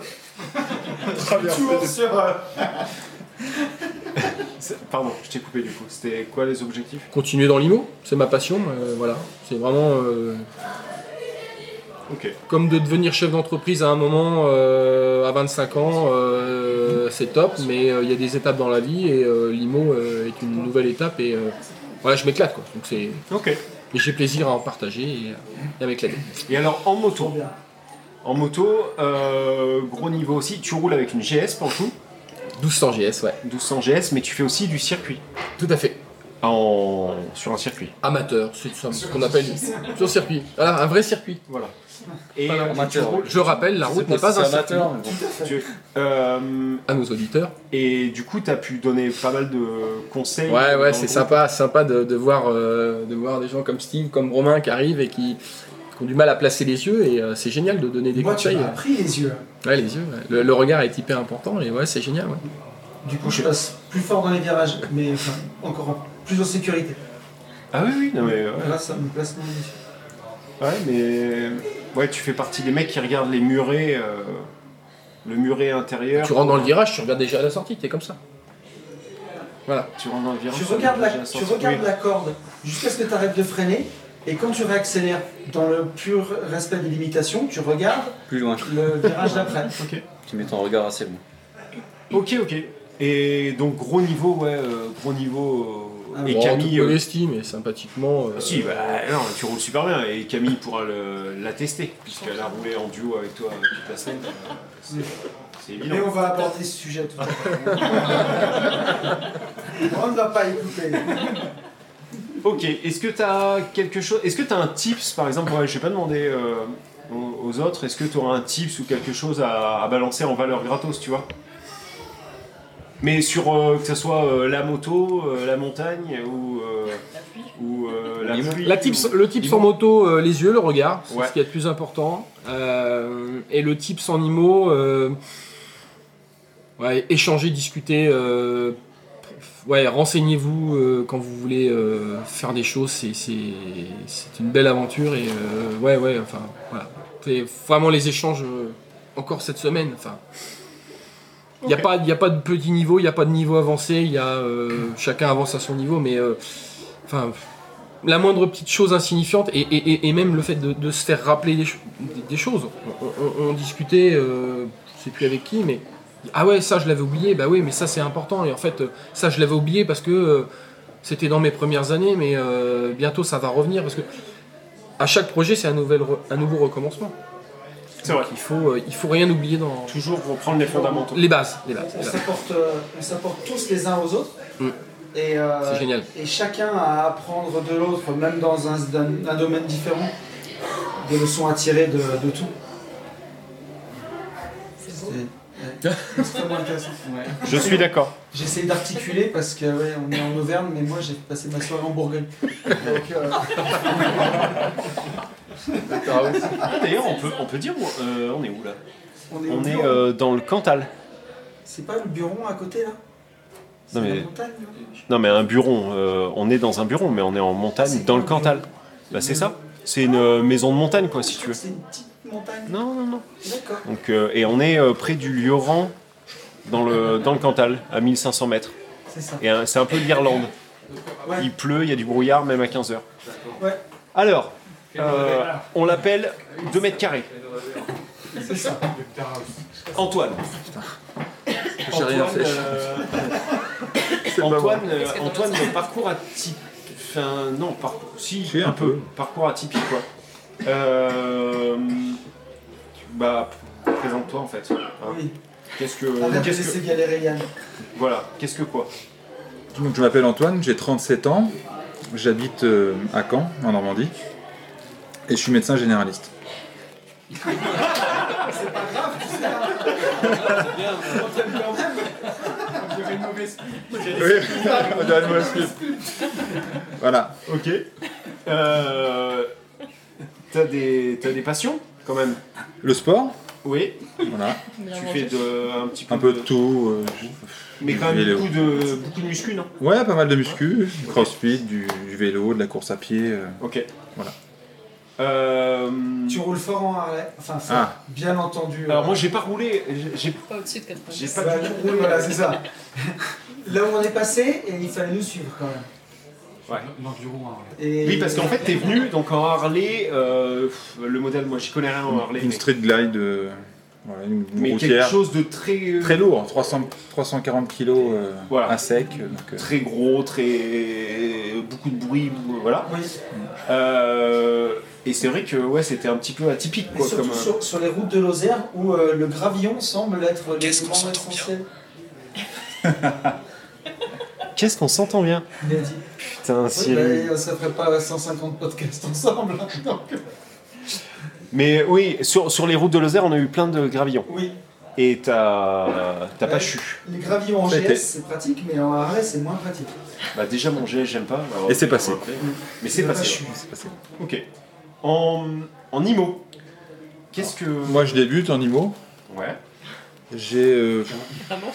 Speaker 2: Toujours
Speaker 1: sur. euh,
Speaker 2: C'est- Pardon, je t'ai coupé du coup. C'était quoi les objectifs
Speaker 12: continuer dans l'IMO, c'est ma passion, euh, voilà. C'est vraiment euh,
Speaker 2: Ok.
Speaker 12: comme de devenir chef d'entreprise à un moment, euh, à 25 ans, euh, c'est top, mais euh, il y a des étapes dans la vie et euh, l'IMO euh, est une nouvelle étape et euh, voilà, je m'éclate quoi. Donc c'est.
Speaker 2: Ok.
Speaker 12: Et j'ai plaisir à en partager et, euh, et à m'éclater.
Speaker 2: Et alors en moto En moto, euh, gros niveau aussi, tu roules avec une GS Panchou
Speaker 12: 1200 GS, ouais.
Speaker 2: 1200 GS, mais tu fais aussi du circuit.
Speaker 12: Tout à fait.
Speaker 2: En... Sur un circuit.
Speaker 12: Amateur, c'est ça, ce qu'on appelle sur circuit. Voilà, un vrai circuit.
Speaker 2: Voilà. Et
Speaker 12: Pas
Speaker 2: euh,
Speaker 12: amateur.
Speaker 2: tu roules-
Speaker 12: Je rappelle, la
Speaker 2: Je
Speaker 12: route
Speaker 2: sais pas
Speaker 12: n'est
Speaker 2: si
Speaker 12: pas,
Speaker 2: c'est
Speaker 12: un
Speaker 2: amateur,
Speaker 12: circuit.
Speaker 2: mais bon. Tu- euh,
Speaker 12: À nos auditeurs.
Speaker 2: Et du coup, tu as pu donner pas mal de conseils.
Speaker 12: Ouais,
Speaker 2: dans
Speaker 12: ouais,
Speaker 2: le
Speaker 12: c'est
Speaker 2: groupe.
Speaker 12: sympa, sympa de, de voir, euh, de voir des gens comme Steve, comme Romain qui arrivent et qui, qui ont du mal à placer les yeux. Et euh, c'est génial de donner des
Speaker 1: Moi, tu
Speaker 12: conseils.
Speaker 1: m'as appris les yeux.
Speaker 12: Ouais, les yeux. ouais. Le, le regard est hyper important et ouais, c'est génial. Ouais.
Speaker 1: Du coup, je passe plus fort dans les virages, mais enfin, encore en- plus en sécurité.
Speaker 2: Ah oui, oui, non mais. Ouais.
Speaker 1: Là, ça me place mon yeux.
Speaker 2: Ouais, mais. Ouais, tu fais partie des mecs qui regardent les murets. euh, Le muret intérieur.
Speaker 12: Tu rentres dans le virage, tu regardes déjà à la sortie, t'es comme ça. Voilà.
Speaker 2: Tu rentres dans le virage.
Speaker 1: Tu regardes, la,
Speaker 2: déjà
Speaker 1: tu
Speaker 2: sorti.
Speaker 1: regardes
Speaker 2: Oui.
Speaker 1: la corde jusqu'à ce que tu arrêtes de freiner, et quand tu réaccélères, dans le pur respect des limitations, tu regardes
Speaker 7: Plus loin.
Speaker 1: le virage d'après.
Speaker 7: Tu mets ton regard assez loin.
Speaker 2: Ok, ok. Et donc, gros niveau, ouais, euh, gros niveau. euh,
Speaker 1: Ah
Speaker 2: et
Speaker 12: Bon, en
Speaker 2: Camille.
Speaker 12: toute
Speaker 2: euh,
Speaker 12: modestie, mais sympathiquement. euh,
Speaker 2: ah Si, bah, non, tu roules super bien. Et Camille pourra le- la tester, puisqu'elle a roulé en duo avec toi toute la semaine. Euh, c'est- C'est évident.
Speaker 1: Mais on va aborder ce sujet tout à l'heure. on ne va pas écouter.
Speaker 2: Ok, est-ce que tu as quelque chose Est-ce que tu as un tips par exemple ouais, Je vais pas demander euh, aux aux autres, est-ce que tu auras un tips ou quelque chose à, à balancer en valeur gratos, tu vois Mais sur euh, que ce soit euh, la moto, euh, la montagne ou, euh, ou euh, la pluie.
Speaker 12: La tips,
Speaker 2: ou-
Speaker 12: le tips en
Speaker 2: Dis-moi.
Speaker 12: moto, euh, les yeux, le regard, c'est
Speaker 2: Ouais.
Speaker 12: ce qu'il y a de plus important. Euh, et le tips en IMO, euh, ouais, échanger, discuter, euh, ouais, renseignez-vous euh, quand vous voulez euh, faire des choses, c'est, c'est, c'est une belle aventure et euh, ouais, ouais, enfin voilà. C'est vraiment les échanges euh, encore cette semaine, enfin. Il n'y a,
Speaker 2: Ok.
Speaker 12: pas- y a pas de petit niveau, il n'y a pas de niveau avancé, il y a, euh, chacun avance à son niveau, mais euh, enfin, la moindre petite chose insignifiante et, et- et- et même le fait de, de se faire rappeler des, cho- des- des choses. On, on- on discutait, euh, je sais plus avec qui, mais ah ouais, ça je l'avais oublié, bah oui, mais ça c'est important. Et en fait, euh, ça je l'avais oublié parce que euh, c'était dans mes premières années, mais euh, bientôt ça va revenir parce que à chaque projet c'est un, nouvel re- un nouveau recommencement.
Speaker 2: C'est vrai.
Speaker 12: Il faut, euh, il faut rien oublier dans
Speaker 2: Toujours reprendre les fondamentaux.
Speaker 12: les bases, les bases.
Speaker 1: On
Speaker 12: les bases.
Speaker 1: s'apporte, euh, on s'apporte tous les uns aux autres.
Speaker 12: Mm.
Speaker 1: Et, euh,
Speaker 12: C'est génial.
Speaker 1: Et chacun à apprendre de l'autre, même dans un, d'un- un domaine différent, des leçons à tirer de, de tout. C'est ouais. C'est extrêmement intéressant.
Speaker 2: Je suis d'accord.
Speaker 1: J'essaie d'articuler parce que ouais, on est en Auvergne, mais moi j'ai passé ma soirée en Bourgogne. Donc, euh,
Speaker 2: Ah, D'ailleurs, on peut, on peut dire où- euh, on est où là
Speaker 1: on est, au
Speaker 2: On est
Speaker 1: bureau.
Speaker 2: euh, dans le Cantal.
Speaker 1: C'est pas le bureau à côté là
Speaker 2: Non mais,
Speaker 1: Montagne là
Speaker 2: non, mais un bureau, euh, on est dans un bureau, mais on est en montagne, dans le Cantal. Bah, c'est ça. C'est une euh, maison de montagne, quoi, si tu veux.
Speaker 1: C'est une petite montagne.
Speaker 2: Non, non, non.
Speaker 1: D'accord.
Speaker 2: Donc, euh, et on est euh, près du Lioran, dans le, dans le Cantal, à 1500 mètres.
Speaker 1: C'est ça.
Speaker 2: Et euh, c'est un peu l'Irlande.
Speaker 1: Ouais.
Speaker 2: Il pleut, il y a du brouillard, même à 15h.
Speaker 1: Ouais.
Speaker 2: Alors, euh, on l'appelle 2 mètres carrés.
Speaker 1: C'est ça.
Speaker 2: Antoine.
Speaker 12: J'ai rien fait.
Speaker 2: euh, Antoine, euh, Antoine, euh, parcours atypique. Enfin, non, parcours. Si,
Speaker 7: Si,
Speaker 2: un,
Speaker 7: un
Speaker 2: peu.
Speaker 7: peu.
Speaker 2: Parcours atypique, quoi. Euh, bah, p- présente-toi en fait. Hein.
Speaker 1: Oui.
Speaker 2: Qu'est-ce
Speaker 1: Arrête
Speaker 5: Ah, bah,
Speaker 2: que.
Speaker 1: de
Speaker 2: Qu'est-ce
Speaker 1: laisser
Speaker 2: que.
Speaker 1: galérer Yann.
Speaker 2: Voilà, qu'est-ce que quoi
Speaker 13: Donc je m'appelle Antoine, j'ai 37 ans.
Speaker 7: J'habite euh, à Caen, en Normandie, et je suis médecin généraliste.
Speaker 5: C'est pas grave, tu sais. C'est bien. On t'aime quand même. On dirait une mauvaise pub.
Speaker 7: Oui, on dirait une mauvaise pub. Voilà.
Speaker 2: Ok. Euh, t'as des, t'as des passions quand même
Speaker 7: Le sport
Speaker 2: Oui.
Speaker 7: Voilà.
Speaker 2: Tu fais de, un petit peu.
Speaker 7: Un peu de tout. euh, je-
Speaker 2: Mais
Speaker 7: du
Speaker 2: quand même
Speaker 7: vélo.
Speaker 2: beaucoup de, beaucoup de muscu, non
Speaker 7: Ouais, pas mal de muscu, du crossfit, du, du vélo, de la course à pied. euh,
Speaker 2: Ok. Euh,
Speaker 7: Voilà.
Speaker 1: Tu roules fort en Harley Enfin, fort,
Speaker 7: Ah.
Speaker 1: bien entendu.
Speaker 2: Alors moi j'ai pas roulé, j'ai- j'ai pas
Speaker 1: au-dessus de
Speaker 2: J'ai pas
Speaker 1: Bah,
Speaker 2: du tout
Speaker 1: oui, voilà, c'est ça. Là où on est passé, et il fallait nous suivre quand même.
Speaker 2: Ouais.
Speaker 1: Et-
Speaker 2: Oui, parce qu'en fait, t'es venu donc en Harley, euh, pff, le modèle, moi j'y connais rien en Harley.
Speaker 7: Une
Speaker 2: mais-
Speaker 7: street glide, euh, voilà, une
Speaker 2: Mais
Speaker 7: routière.
Speaker 2: quelque chose de très. euh,
Speaker 7: Très lourd, 300, 340 kg à sec. euh, Donc, euh,
Speaker 2: Très gros, très. beaucoup de bruit, beaucoup- voilà. Euh, et c'est vrai que ouais, c'était un petit peu atypique
Speaker 1: Mais
Speaker 2: quoi.
Speaker 1: surtout
Speaker 2: Comme, euh,
Speaker 1: sur, sur les routes de Lozère où euh, le gravillon semble être l'élément essentiel.
Speaker 2: Qu'est-ce qu'on s'entend bien
Speaker 1: Bien dit.
Speaker 2: Putain,
Speaker 1: Oui, bah, ça ferait pas 150 podcasts ensemble. hein, donc.
Speaker 2: Mais oui, sur, sur les routes de Lozère, on a eu plein de gravillons.
Speaker 1: Oui.
Speaker 2: Et t'as t'as pas chu.
Speaker 1: Les gravillons en
Speaker 2: Ça a été-
Speaker 1: GS, c'est pratique, mais en arrêt, c'est moins pratique.
Speaker 2: Bah déjà mon GS, j'aime pas. alors-
Speaker 7: Et c'est passé.
Speaker 2: Mais c'est
Speaker 1: Il a pas
Speaker 2: passé.
Speaker 1: chu.
Speaker 2: ouais. Ok. En, en IMO, qu'est-ce que...
Speaker 7: Moi, je débute en IMO.
Speaker 2: Ouais.
Speaker 7: J'ai. euh,
Speaker 5: Vraiment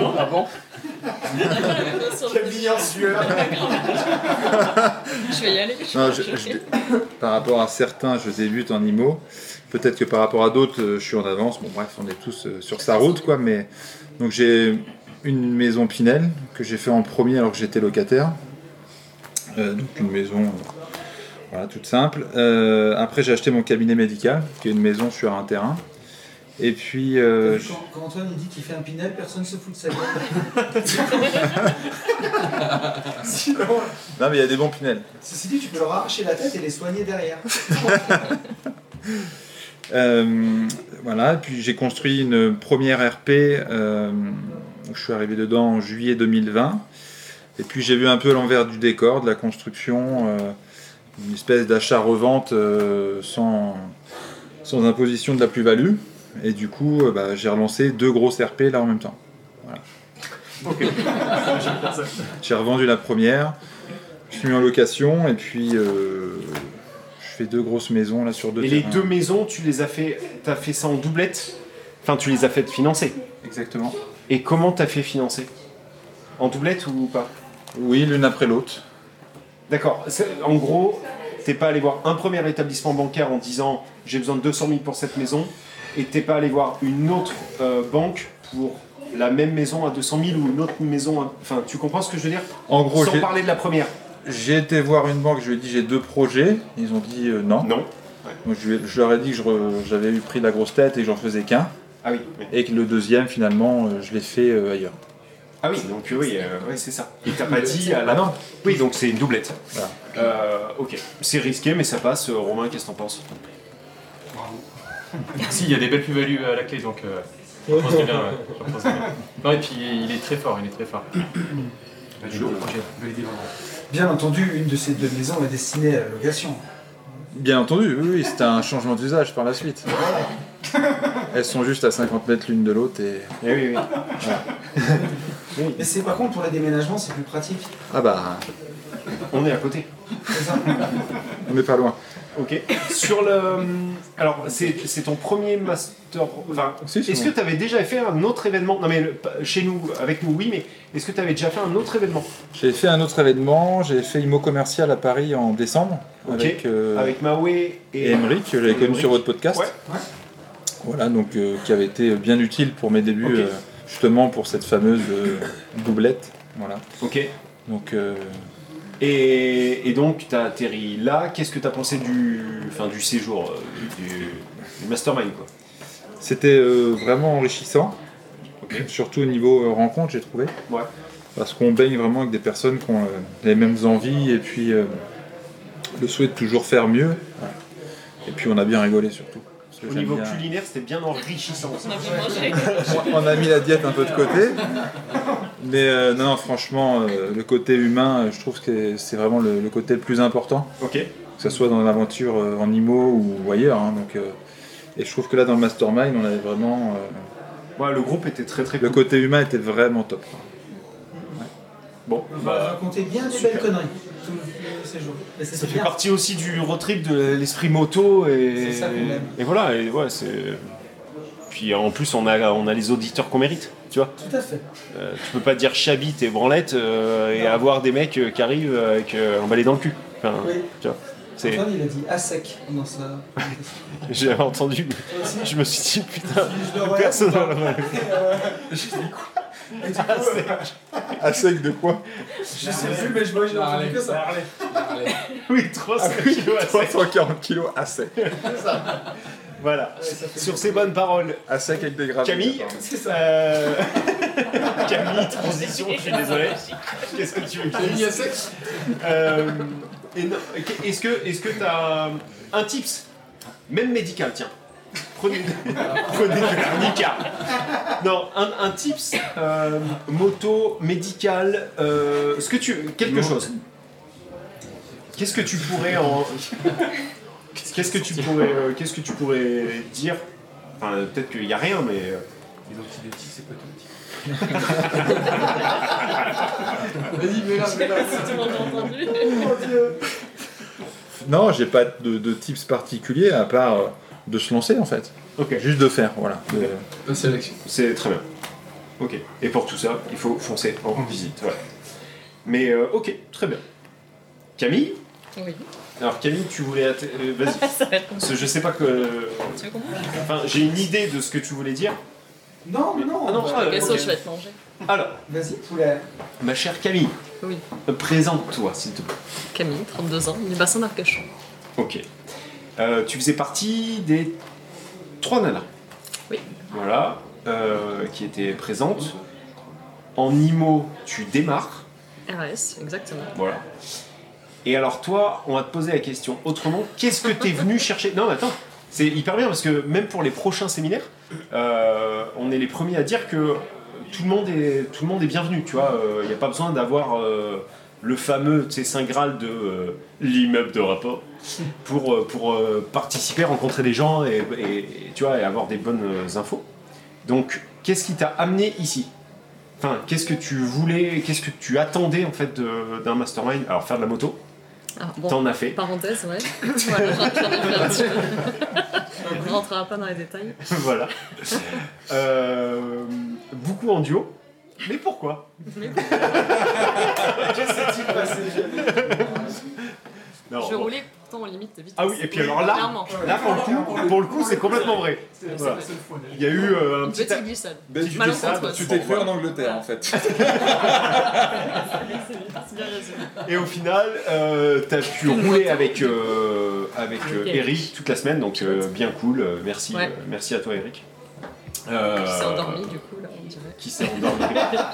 Speaker 7: bon, ah bon
Speaker 5: Camille en sueur.
Speaker 1: Euh,
Speaker 14: Je vais y aller.
Speaker 7: non, je- je- par rapport à certains, je débute en IMO. Peut-être que par rapport à d'autres, euh, je suis en avance. Bon, bref, on est tous euh, sur sa route, quoi. Mais donc j'ai une maison Pinel que j'ai fait en premier alors que j'étais locataire. Euh, donc une maison, euh, voilà, toute simple. Euh, après, j'ai acheté mon cabinet médical, qui est une maison sur un terrain. Et puis, euh,
Speaker 1: Quand, quand Antoine nous dit qu'il fait un Pinel, personne se fout de sa gueule. Sinon,
Speaker 7: non, mais il y a des bons Pinel.
Speaker 1: ceci dit, tu peux leur arracher la tête et les soigner derrière.
Speaker 7: Euh, voilà, puis j'ai construit une première RP. euh, je suis arrivé dedans en juillet 2020. Et puis j'ai vu un peu l'envers du décor, de la construction, euh, une espèce d'achat-revente euh, sans, sans imposition de la plus-value. Et du coup, euh, bah, j'ai relancé deux grosses RP là en même temps. Voilà.
Speaker 2: Ok. J'aime bien ça.
Speaker 7: J'ai revendu la première, je suis mis en location et puis euh, je fais deux grosses maisons là sur deux
Speaker 2: Et les
Speaker 7: terrains.
Speaker 2: deux maisons, tu les as fait... T'as fait ça en doublette Enfin, tu les as fait financer.
Speaker 7: Exactement.
Speaker 2: Et comment t'as fait financer En doublette ou pas
Speaker 7: Oui, l'une après l'autre.
Speaker 2: D'accord. C'est- En gros, t'es pas allé voir un premier établissement bancaire en disant j'ai besoin de 200 000 pour cette maison, et t'es pas allé voir une autre euh, banque pour la même maison à 200 000 ou une autre maison. à- Enfin, tu comprends ce que je veux dire
Speaker 7: En gros,
Speaker 2: sans
Speaker 7: j'ai-
Speaker 2: parler de la première.
Speaker 7: J'ai été voir une banque, je lui ai dit j'ai deux projets. Ils ont dit euh, non.
Speaker 2: Non.
Speaker 7: Donc, je, lui ai- je leur ai dit que je re- j'avais eu pris la grosse tête et que j'en faisais qu'un.
Speaker 2: Ah oui, oui.
Speaker 7: Et que le deuxième, finalement, euh, je l'ai fait euh, ailleurs.
Speaker 2: Ah oui, donc oui, euh, ouais, c'est ça. Et t'as pas dit à la
Speaker 7: Ah non.
Speaker 2: Oui, donc c'est une doublette.
Speaker 7: Voilà.
Speaker 2: Euh, ok. C'est risqué, mais ça passe. Euh, Romain, qu'est-ce que t'en penses
Speaker 3: si, il y a des belles plus-values à la clé, donc euh, j'en pense bien, ouais, j'en pense bien. Non, et puis il est très fort, il est très fort.
Speaker 1: du lourd, projet. Bien entendu, une de ces deux maisons est destinée à la location.
Speaker 7: Bien entendu, oui, oui, c'était un changement d'usage par la suite. Elles sont juste à 50 mètres l'une de l'autre et.
Speaker 2: Eh oui, oui.
Speaker 1: Mais c'est par contre pour les déménagements, c'est plus pratique.
Speaker 7: Ah bah,
Speaker 2: On est à côté.
Speaker 7: on n'est pas loin.
Speaker 2: Ok. Sur le. euh, Alors, c'est c'est ton premier master. Enfin,
Speaker 7: Si, c'est
Speaker 2: est-ce
Speaker 7: bon.
Speaker 2: que tu avais déjà fait un autre événement Non, mais le- pas- chez nous, avec nous, oui, mais est-ce que tu avais déjà fait un autre événement
Speaker 7: J'ai fait un autre événement, j'ai fait IMO commercial à Paris en décembre
Speaker 2: Ok.
Speaker 7: avec, euh,
Speaker 2: Avec Maoué et.
Speaker 7: et Emeric, que j'avais
Speaker 2: et
Speaker 7: connu
Speaker 2: Emeric. euh,
Speaker 7: sur votre podcast.
Speaker 2: Ouais.
Speaker 7: Voilà, donc euh, qui avait été bien utile pour mes débuts,
Speaker 2: Ok.
Speaker 7: euh, justement pour cette fameuse euh, doublette. Voilà.
Speaker 2: Ok.
Speaker 7: Donc. euh,
Speaker 2: Et, et donc, tu as atterri là. Qu'est-ce que tu as pensé du, enfin, du séjour, euh, du, du mastermind, quoi
Speaker 7: C'était euh, vraiment enrichissant, surtout au niveau euh, rencontre, j'ai trouvé.
Speaker 2: Ouais.
Speaker 7: Parce qu'on baigne vraiment avec des personnes qui ont euh, les mêmes envies et puis euh, le souhait de toujours faire mieux. Voilà. Et puis on a bien rigolé surtout. Parce que
Speaker 2: Au
Speaker 7: j'aime
Speaker 2: niveau
Speaker 7: bien-
Speaker 2: culinaire, c'était bien enrichissant.
Speaker 7: on a mis la diète un peu de côté.
Speaker 13: Mais euh, non, non, franchement, euh, le côté humain, euh, je trouve que c'est vraiment le, le côté le plus important.
Speaker 2: Ok.
Speaker 13: Que ce soit dans l'aventure euh, en IMO ou ailleurs. hein, donc, euh, et je trouve que là, dans le Mastermind, on avait vraiment. euh,
Speaker 2: le groupe était très très
Speaker 13: Le côté humain était vraiment top.
Speaker 2: Bon, bah,
Speaker 1: Vous racontez bien des belles conneries tout le séjour. Et
Speaker 9: Ça
Speaker 1: c'était
Speaker 9: fait
Speaker 1: bien.
Speaker 9: partie aussi du road trip de l'esprit moto et.
Speaker 1: C'est ça qu'on aime.
Speaker 9: et voilà, et ouais, c'est.
Speaker 2: Puis en plus, on a, on a les auditeurs qu'on mérite, tu vois.
Speaker 1: Tout à fait.
Speaker 2: Euh, tu peux pas dire chabit et branlette euh, et avoir des mecs euh, qui arrivent avec euh, un balai dans le cul. Enfin,
Speaker 1: Oui.
Speaker 2: tu vois. C'est-
Speaker 1: Antoine, il a dit à sec dans sa.
Speaker 2: J'avais entendu, mais je me suis dit putain, personne dans le relève.
Speaker 1: Et du coup, euh,
Speaker 13: À sec de quoi
Speaker 1: Je sais plus, mais je vois, j'ai entendu que ça.
Speaker 2: Oui,
Speaker 13: Ah
Speaker 2: 300 kilos à sec.
Speaker 13: 340 kilos à sec.
Speaker 2: Voilà. Sur ces bonnes paroles.
Speaker 13: À sec avec des gravures.
Speaker 2: Camille, euh, Camille, transition, je suis désolé. Qu'est-ce que tu veux que je dise Euh, et non, qu- Est-ce que est-ce que t'as un tips, même médical, tiens. Prenez, prenez du Nicard. Non, un, un tips euh, moto médical. euh, ce que tu quelque chose. Qu'est-ce que tu pourrais en Qu'est-ce que tu pourrais euh, Qu'est-ce que tu pourrais dire Enfin, euh, peut-être qu'il n'y a rien, mais. euh,
Speaker 9: Les antibiotiques, c'est quoi ton
Speaker 1: Vas-y, mets-la, mets-la. Oh, Dieu.
Speaker 13: Non, j'ai pas de, de tips particuliers à part euh, de se lancer en fait. Juste de faire, voilà. De-
Speaker 2: C'est très bien. Ok. Et pour tout ça, il faut foncer en visite. voilà. Mais euh, ok, très bien. Camille
Speaker 5: Oui.
Speaker 2: Alors Camille, tu voulais... atte- euh, Vas-y.
Speaker 5: Ça va être
Speaker 2: Parce que Je sais pas que...
Speaker 5: Tu veux qu'on mange
Speaker 2: Enfin, j'ai une idée de ce que tu voulais dire.
Speaker 1: Non, mais non.
Speaker 2: Ah non, ah,
Speaker 5: Gasso,
Speaker 2: ok.
Speaker 5: je vais te manger.
Speaker 2: Alors.
Speaker 1: Vas-y, poulet.
Speaker 2: Ma chère Camille,
Speaker 5: Oui.
Speaker 2: présente-toi, s'il te plaît.
Speaker 5: Camille, 32 ans, du bassin d'Arcachon.
Speaker 2: Ok. Euh, tu faisais partie des trois nanas.
Speaker 5: Oui.
Speaker 2: Voilà. Euh, qui étaient présentes. En IMO, tu démarres.
Speaker 5: RS, exactement.
Speaker 2: Voilà. Et alors toi, on va te poser la question autrement. Qu'est-ce que t'es venu chercher Non, mais attends. C'est hyper bien parce que même pour les prochains séminaires, euh, on est les premiers à dire que tout le monde est, tout le monde est bienvenu. Tu vois, il n'y a pas besoin d'avoir euh, le fameux, tu sais, Saint Graal de euh, l'immeuble de rapport pour, euh, pour euh, participer, rencontrer des gens et, et- et, tu vois, et avoir des bonnes euh, infos. Donc, qu'est-ce qui t'a amené ici Enfin, qu'est-ce que tu voulais, qu'est-ce que tu attendais en fait de- d'un mastermind Alors, faire de la moto,
Speaker 5: Ah, bon,
Speaker 2: T'en as fait.
Speaker 5: Parenthèse, ouais. voilà, j'en ai fait un petit peu. On rentrera pas dans les détails.
Speaker 2: voilà. Euh, beaucoup en duo, mais pourquoi
Speaker 1: Que s'est-il passé
Speaker 2: Non,
Speaker 5: je
Speaker 2: bon.
Speaker 5: roulais pourtant en limite de vitesse.
Speaker 2: Ah oui, et puis alors là,
Speaker 5: Clairement.
Speaker 2: là pour le coup, pour le coup, c'est complètement vrai.
Speaker 5: C'est-
Speaker 2: Voilà.
Speaker 5: c'est la seule fois.
Speaker 2: Il y a eu euh, un
Speaker 5: Une
Speaker 2: petit.
Speaker 5: petite glissade.
Speaker 13: Ben, tu t'es-
Speaker 5: Malencontreuse.
Speaker 13: tu t'es cru en Angleterre en fait.
Speaker 5: Ah, C'est bien résumé.
Speaker 2: Et au final, euh, t'as pu rouler avec, euh, avec euh,
Speaker 5: Avec Eric.
Speaker 2: Eric toute la semaine, donc euh, bien cool. euh, merci,
Speaker 5: Ouais.
Speaker 2: euh, merci à toi, Eric.
Speaker 5: Qui s'est
Speaker 2: Euh,
Speaker 5: endormi du coup, là, on dirait.
Speaker 2: Qui s'est endormi.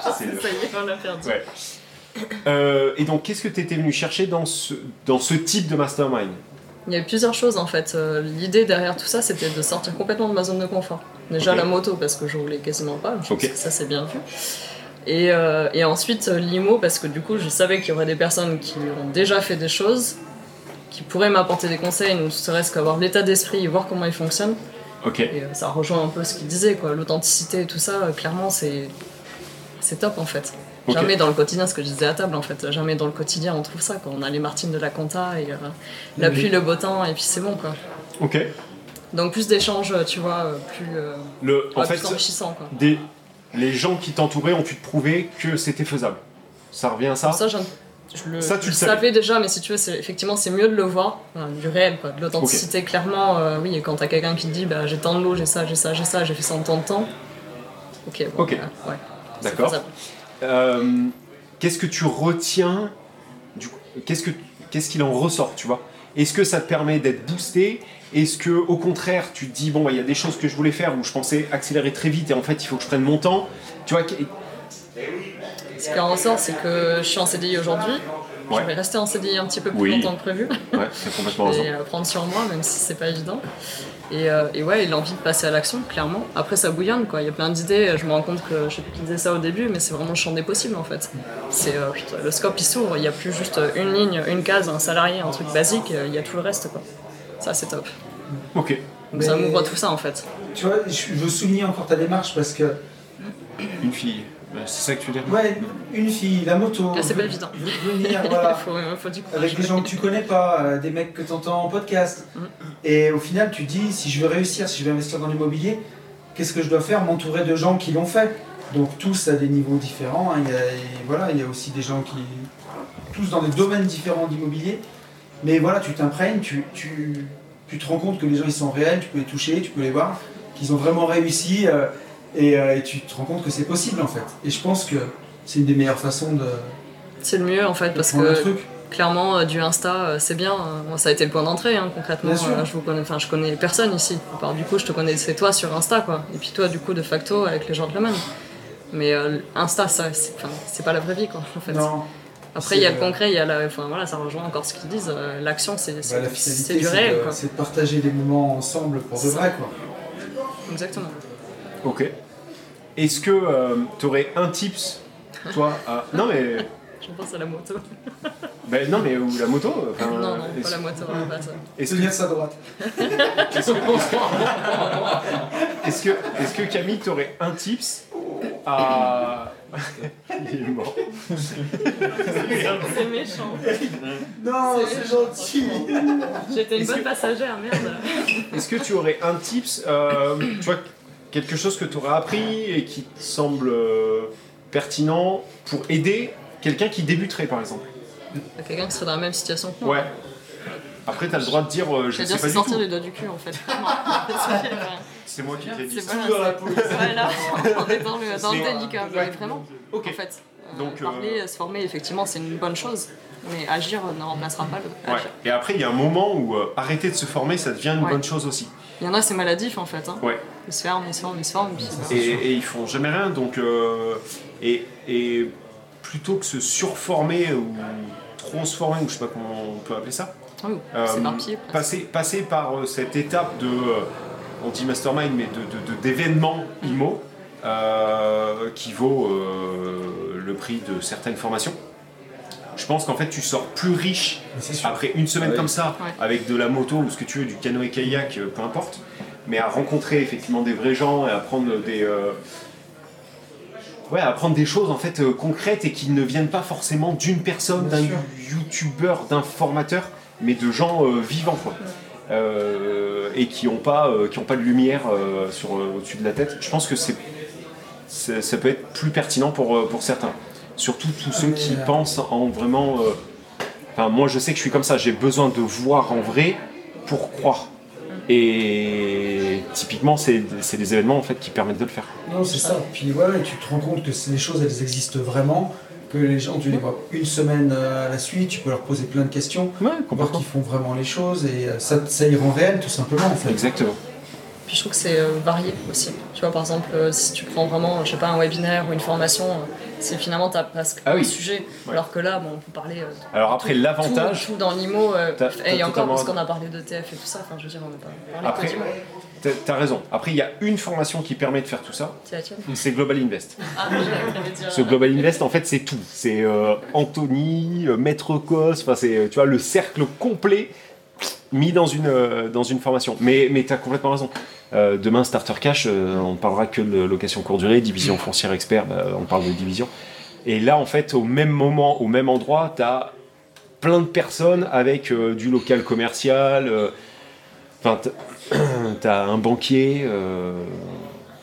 Speaker 5: Ça
Speaker 2: C'est le-
Speaker 5: y est, on l'a perdu.
Speaker 2: Ouais. Euh, et donc, qu'est-ce que tu étais venu chercher dans ce, dans ce type de mastermind
Speaker 5: Il y a eu plusieurs choses en fait. Euh, L'idée derrière tout ça, c'était de sortir complètement de ma zone de confort. Déjà
Speaker 2: Ok.
Speaker 5: la moto, parce que je roulais quasiment pas, je pense
Speaker 2: Ok.
Speaker 5: que ça c'est bien vu. Et, euh, et ensuite euh, l'IMO, parce que du coup, je savais qu'il y aurait des personnes qui ont déjà fait des choses, qui pourraient m'apporter des conseils, ne serait-ce qu'avoir l'état d'esprit et voir comment ils fonctionnent.
Speaker 2: Ok.
Speaker 5: Et euh, ça rejoint un peu ce qu'il disait, quoi. L'authenticité et tout ça, euh, clairement, c'est. C'est top en fait.
Speaker 2: Ok.
Speaker 5: Jamais dans le quotidien, ce que je disais à table en fait, jamais dans le quotidien on trouve ça. Quand on a les Martines de la Conta et euh, la
Speaker 2: Oui.
Speaker 5: pluie, le beau temps, et puis c'est bon quoi.
Speaker 2: Ok.
Speaker 5: Donc plus d'échanges, euh, tu vois, euh, plus, euh,
Speaker 2: Le, en
Speaker 5: ouais,
Speaker 2: fait,
Speaker 5: plus enrichissant quoi.
Speaker 2: des, les gens qui t'entouraient ont pu te prouver que c'était faisable. Ça revient à ça
Speaker 5: Ça, j'en- je le,
Speaker 2: Ça, tu
Speaker 5: je
Speaker 2: le
Speaker 5: savais.
Speaker 2: savais.
Speaker 5: déjà, mais si tu veux, c'est- effectivement, c'est mieux de le voir, euh, du réel, quoi, de l'authenticité. Clairement, euh, oui, et quand t'as quelqu'un qui te dit, bah, j'ai tant de l'eau, j'ai ça, j'ai ça, j'ai ça, j'ai fait ça en tant de temps. Ok, bon,
Speaker 2: Ok.
Speaker 5: euh, ouais. C'est
Speaker 2: D'accord.
Speaker 5: faisable.
Speaker 2: Euh, qu'est-ce que tu retiens du coup, Qu'est-ce que qu'est-ce qu'il en ressort, tu vois Est-ce que ça te permet d'être boosté Est-ce que au contraire, tu te dis bon, bah, il y a des choses que je voulais faire où je pensais accélérer très vite et en fait, il faut que je prenne mon temps. Tu vois qu'est-
Speaker 5: Ce qui en ressort, c'est que je suis en CDI aujourd'hui. je vais rester en CDI un petit peu plus
Speaker 2: Oui.
Speaker 5: longtemps que prévu.
Speaker 2: Ouais, c'est complètement raison.
Speaker 5: et euh, prendre sur moi, même si c'est pas évident. Et, euh, et ouais, et l'envie de passer à l'action, clairement. Après, ça bouillonne, quoi. Il y a plein d'idées. Je me rends compte que je sais plus qui disait ça au début, mais c'est vraiment le champ des possibles, en fait. C'est euh, putain, le scope, il s'ouvre. Il n'y a plus juste une ligne, une case, un salarié, un truc basique. euh, Il y a tout le reste, quoi. Ça, c'est top.
Speaker 15: Ok.
Speaker 5: Donc, Ça m'ouvre tout ça, en fait.
Speaker 1: Tu vois, je veux souligner encore ta démarche parce que.
Speaker 2: Une fille. Bah, C'est ça que tu veux dire
Speaker 1: Ouais, une fille, la moto.
Speaker 5: Là, Ah, c'est pas
Speaker 1: ve-
Speaker 5: évident.
Speaker 1: Venir, voilà.
Speaker 5: faut, faut du courage.
Speaker 1: Avec des gens que tu connais pas, euh, des mecs que tu entends en podcast. Et au final, tu dis si je veux réussir, si je veux investir dans l'immobilier, qu'est-ce que je dois faire M'entourer de gens qui l'ont fait. Donc, tous à des niveaux différents. hein. Il y a, et voilà, il y a aussi des gens qui. tous dans des domaines différents d'immobilier. Mais voilà, tu t'imprègnes, tu, tu, tu te rends compte que les gens ils sont réels, tu peux les toucher, tu peux les voir, qu'ils ont vraiment réussi euh, et, euh, et tu te rends compte que c'est possible en fait. Et je pense que c'est une des meilleures façons de.
Speaker 5: C'est le mieux en fait parce
Speaker 1: prendre le
Speaker 5: que
Speaker 1: truc.
Speaker 5: clairement euh, du Insta euh, c'est bien. Euh, Moi ça a été le point d'entrée hein, concrètement.
Speaker 1: Bien sûr.
Speaker 5: Euh, Je vous connais, enfin je connais personne ici. À part, du coup je te connaissais toi sur Insta quoi. Et puis toi du coup de facto avec les gentlemen. Mais euh, Insta ça c'est enfin, c'est pas la vraie vie quoi en fait.
Speaker 1: Non.
Speaker 5: Après il y a
Speaker 1: C'est,
Speaker 5: le
Speaker 1: euh,
Speaker 5: concret, il y a la, enfin voilà ça rejoint encore ce qu'ils disent. euh, L'action c'est
Speaker 1: Bah,
Speaker 5: c'est-
Speaker 1: la
Speaker 5: c'est
Speaker 1: finalité,
Speaker 5: du réel
Speaker 1: de-
Speaker 5: quoi.
Speaker 1: c'est de partager des moments ensemble pour de
Speaker 5: C'est
Speaker 1: vrai
Speaker 5: ça.
Speaker 1: quoi.
Speaker 5: Exactement.
Speaker 2: Ok. Est-ce que tu aurais un tips, toi à... Non mais...
Speaker 5: Je pense à la moto.
Speaker 2: ben, non mais ou la moto enfin,
Speaker 5: non non
Speaker 2: est-ce-
Speaker 5: pas la moto. on va pas ça.
Speaker 2: Est-ce que...
Speaker 1: sa droite.
Speaker 2: Est-ce que... Est-ce que... est-ce que Camille, t'aurais un tips à... Il est mort.
Speaker 5: C'est méchant.
Speaker 1: Non, c'est gentil.
Speaker 5: J'étais une
Speaker 2: Est-ce
Speaker 5: bonne
Speaker 2: que-
Speaker 5: passagère, merde.
Speaker 2: Est-ce que tu aurais un tips, euh, tu vois, quelque chose que tu aurais appris et qui te semble euh, pertinent pour aider quelqu'un qui débuterait par exemple
Speaker 5: Quelqu'un qui serait dans la même situation que moi.
Speaker 2: Ouais. Après, tu as le droit de dire euh, je ne
Speaker 5: Je
Speaker 2: sais
Speaker 5: veux dire,
Speaker 2: pas
Speaker 5: c'est
Speaker 2: du
Speaker 5: sortir
Speaker 2: tout.
Speaker 5: les doigts du cul en fait. Vraiment.
Speaker 2: C'est moi qui t'ai dit
Speaker 5: C'est
Speaker 2: ça.
Speaker 5: voilà, c'est- voilà, on est dans le, dans le délicat, mais vraiment. En fait, euh,
Speaker 2: Donc, euh,
Speaker 5: parler, euh, se former, effectivement, c'est une bonne chose, mais agir euh, ne remplacera pas le.
Speaker 2: Ouais. Et après, il y a un moment où euh, arrêter de se former, ça devient une
Speaker 5: Ouais.
Speaker 2: bonne chose aussi.
Speaker 5: Il y en a, c'est maladif en fait. Hein.
Speaker 2: Ouais.
Speaker 5: Ils se ferment, ils se forment, ils se forment. puis, bah,
Speaker 2: et, et ils font jamais rien. Donc, euh, et, et plutôt que se surformer ou transformer, ou je sais pas comment on peut appeler ça,
Speaker 5: Ah Oui,
Speaker 2: euh,
Speaker 5: s'éparpiller,
Speaker 2: passer, passer par euh, cette étape de, euh, on dit mastermind, mais de- de- de- d'événements IMO euh, qui vaut euh, le prix de certaines formations. Je pense qu'en fait, tu sors plus riche après une semaine
Speaker 16: Ah oui.
Speaker 2: comme ça,
Speaker 16: Ouais.
Speaker 2: avec de la moto ou ce que tu veux, du canoë-kayak, euh, peu importe, mais à rencontrer effectivement des vrais gens et apprendre des. euh, Ouais, apprendre des choses en fait euh, concrètes et qui ne viennent pas forcément d'une personne, d'un youtubeur, d'un formateur, mais de gens euh, vivants quoi. Euh, et qui n'ont pas, euh, qui ont pas de lumière euh, sur, euh, au-dessus de la tête. Je pense que c'est, c'est- ça peut être plus pertinent pour, euh, pour certains. Surtout tous ceux qui pensent en vraiment. euh, Enfin, moi je sais que je suis comme ça, j'ai besoin de voir en vrai pour croire. Et typiquement, c'est, c'est des événements en fait qui permettent de le faire.
Speaker 1: Non, c'est ça. Puis voilà, et tu te rends compte que c'est- les choses, elles existent vraiment, que les gens, tu les vois une semaine euh, à la suite, tu peux leur poser plein de questions, voir qu'ils font vraiment les choses, et euh, ça, ça y rend réel, tout simplement, en fait.
Speaker 2: Exactement.
Speaker 5: Puis je trouve que c'est euh, varié aussi. Tu vois, par exemple, euh, si tu prends vraiment, je sais pas, un webinaire ou une formation, euh, c'est finalement t'as presque
Speaker 2: Ah oui.
Speaker 5: un sujet.
Speaker 2: Ouais.
Speaker 5: Alors que là, bon, on peut parler. euh,
Speaker 2: Alors après,
Speaker 5: tout-
Speaker 2: l'avantage-
Speaker 5: Tout, tout dans l'IMO. euh,
Speaker 2: T'as- t'as
Speaker 5: et encore,
Speaker 2: totalement
Speaker 5: parce qu'on
Speaker 2: raison.
Speaker 5: a parlé de TF et tout ça, enfin, je veux dire, on n'a pas parlé
Speaker 2: Après,
Speaker 5: que du-
Speaker 2: t'as, t'as raison. Après, il y a une formation qui permet de faire tout ça.
Speaker 5: C'est la tienne
Speaker 2: C'est Global Invest.
Speaker 5: Ah, j'allais dire,
Speaker 2: Ce Global Invest, en fait, c'est tout. C'est euh, Anthony, euh, Maître Cos, enfin, c'est euh, tu vois, le cercle complet mis dans une, euh, dans une formation. Mais, mais tu as complètement raison. Euh, demain, Starter Cash, euh, on ne parlera que de location courte durée, division foncière expert, bah, on parle de division. Et là, en fait, au même moment, au même endroit, tu as plein de personnes avec euh, du local commercial. euh, Enfin, t- t'as un banquier, euh,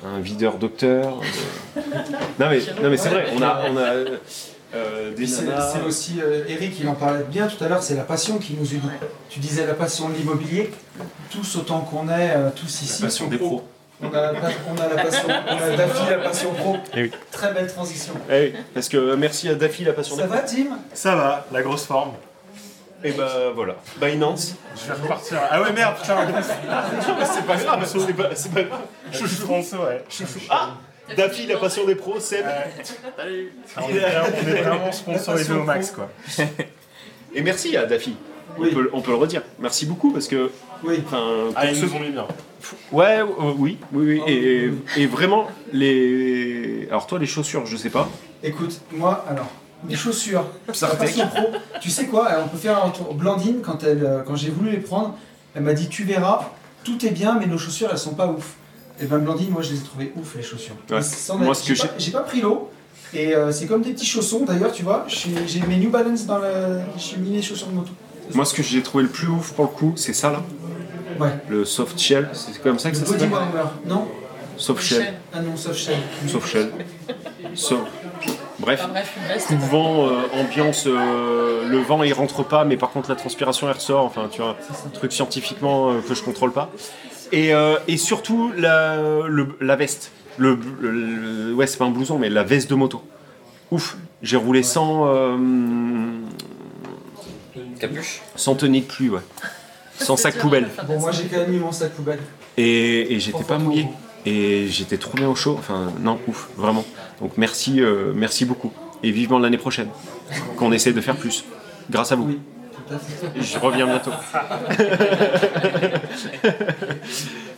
Speaker 2: un videur docteur. euh. Non mais, non mais c'est vrai, on a, on a euh, des
Speaker 1: Puis C'est
Speaker 2: nanas.
Speaker 1: c'est aussi euh, Eric, il en parlait bien tout à l'heure, c'est la passion qui nous unit. Tu disais la passion de l'immobilier, tous autant qu'on est, euh, tous ici.
Speaker 2: La passion des pros.
Speaker 1: On a, la pa- on a la passion, on a Daffy, la passion pro.
Speaker 2: Eh oui.
Speaker 1: Très belle transition.
Speaker 2: Eh oui, parce que euh, merci à Daffy la passion.
Speaker 1: Ça
Speaker 2: des
Speaker 1: va,
Speaker 2: pros.
Speaker 1: Tim
Speaker 2: Ça va, la grosse forme. Et ben voilà, Binance. Je vais repartir.
Speaker 3: Ah ouais, merde, putain.
Speaker 2: c'est pas grave, c'est pas, c'est pas grave. Chouchou François, ouais. Chouchou. Ah Daffy, la passion des pros, Seb.
Speaker 3: On est vraiment- on est vraiment sponsorisé au max, quoi.
Speaker 2: Et merci à Daffy. On, peut, on peut le redire. Merci beaucoup parce que.
Speaker 1: Oui.
Speaker 3: Ah, ils nous ont mis bien.
Speaker 2: Ouais, euh, oui, oui, oui. Et, et vraiment, les. Alors, toi, les chaussures, je sais pas.
Speaker 1: Écoute, moi, alors, les chaussures,
Speaker 2: Ça
Speaker 1: la
Speaker 2: retèque.
Speaker 1: version pro, tu sais quoi, euh, on peut faire un tour. Blandine, quand, elle, euh, quand j'ai voulu les prendre, elle m'a dit Tu verras, tout est bien, mais nos chaussures, elles sont pas ouf. Et ben Blandine, moi, je les ai trouvées ouf, les chaussures.
Speaker 2: Ouais.
Speaker 1: Mais sans-
Speaker 2: Moi, ce que
Speaker 1: j'ai pas,
Speaker 2: j'ai-
Speaker 1: j'ai pas pris l'eau. Et euh, c'est comme des petits chaussons, d'ailleurs, tu vois. J'ai j'ai mes New Balance dans la. J'ai mis mes chaussures de moto.
Speaker 2: Moi, ce que j'ai trouvé le plus ouf pour le coup, c'est ça là.
Speaker 1: Ouais.
Speaker 2: Le soft shell, c'est comme ça que
Speaker 1: Le
Speaker 2: ça
Speaker 1: body
Speaker 2: s'appelle
Speaker 1: warmer, non
Speaker 2: Soft shell.
Speaker 1: Ah non, soft shell.
Speaker 2: Soft shell. Soft. Bref,
Speaker 5: Enfin, bref, il reste.
Speaker 2: couvent, euh, ambiance, euh, le vent il rentre pas, mais par contre la transpiration elle ressort, enfin tu vois, un truc scientifiquement euh, que je contrôle pas. Et, euh, et surtout la, le- la veste, le, le- ouais c'est pas un blouson, mais la veste de moto. Ouf, j'ai roulé sans. euh,
Speaker 6: Capuche
Speaker 2: Sans tenue de pluie, ouais. Sans sac poubelle.
Speaker 1: Bon, moi, j'ai quand même mis mon sac poubelle.
Speaker 2: Et, et j'étais pas mouillé. Et j'étais trop bien au chaud. Enfin, non, ouf, vraiment. Donc merci, euh, merci beaucoup. Et vivement l'année prochaine, qu'on essaie de faire plus. Grâce à vous. Je reviens bientôt.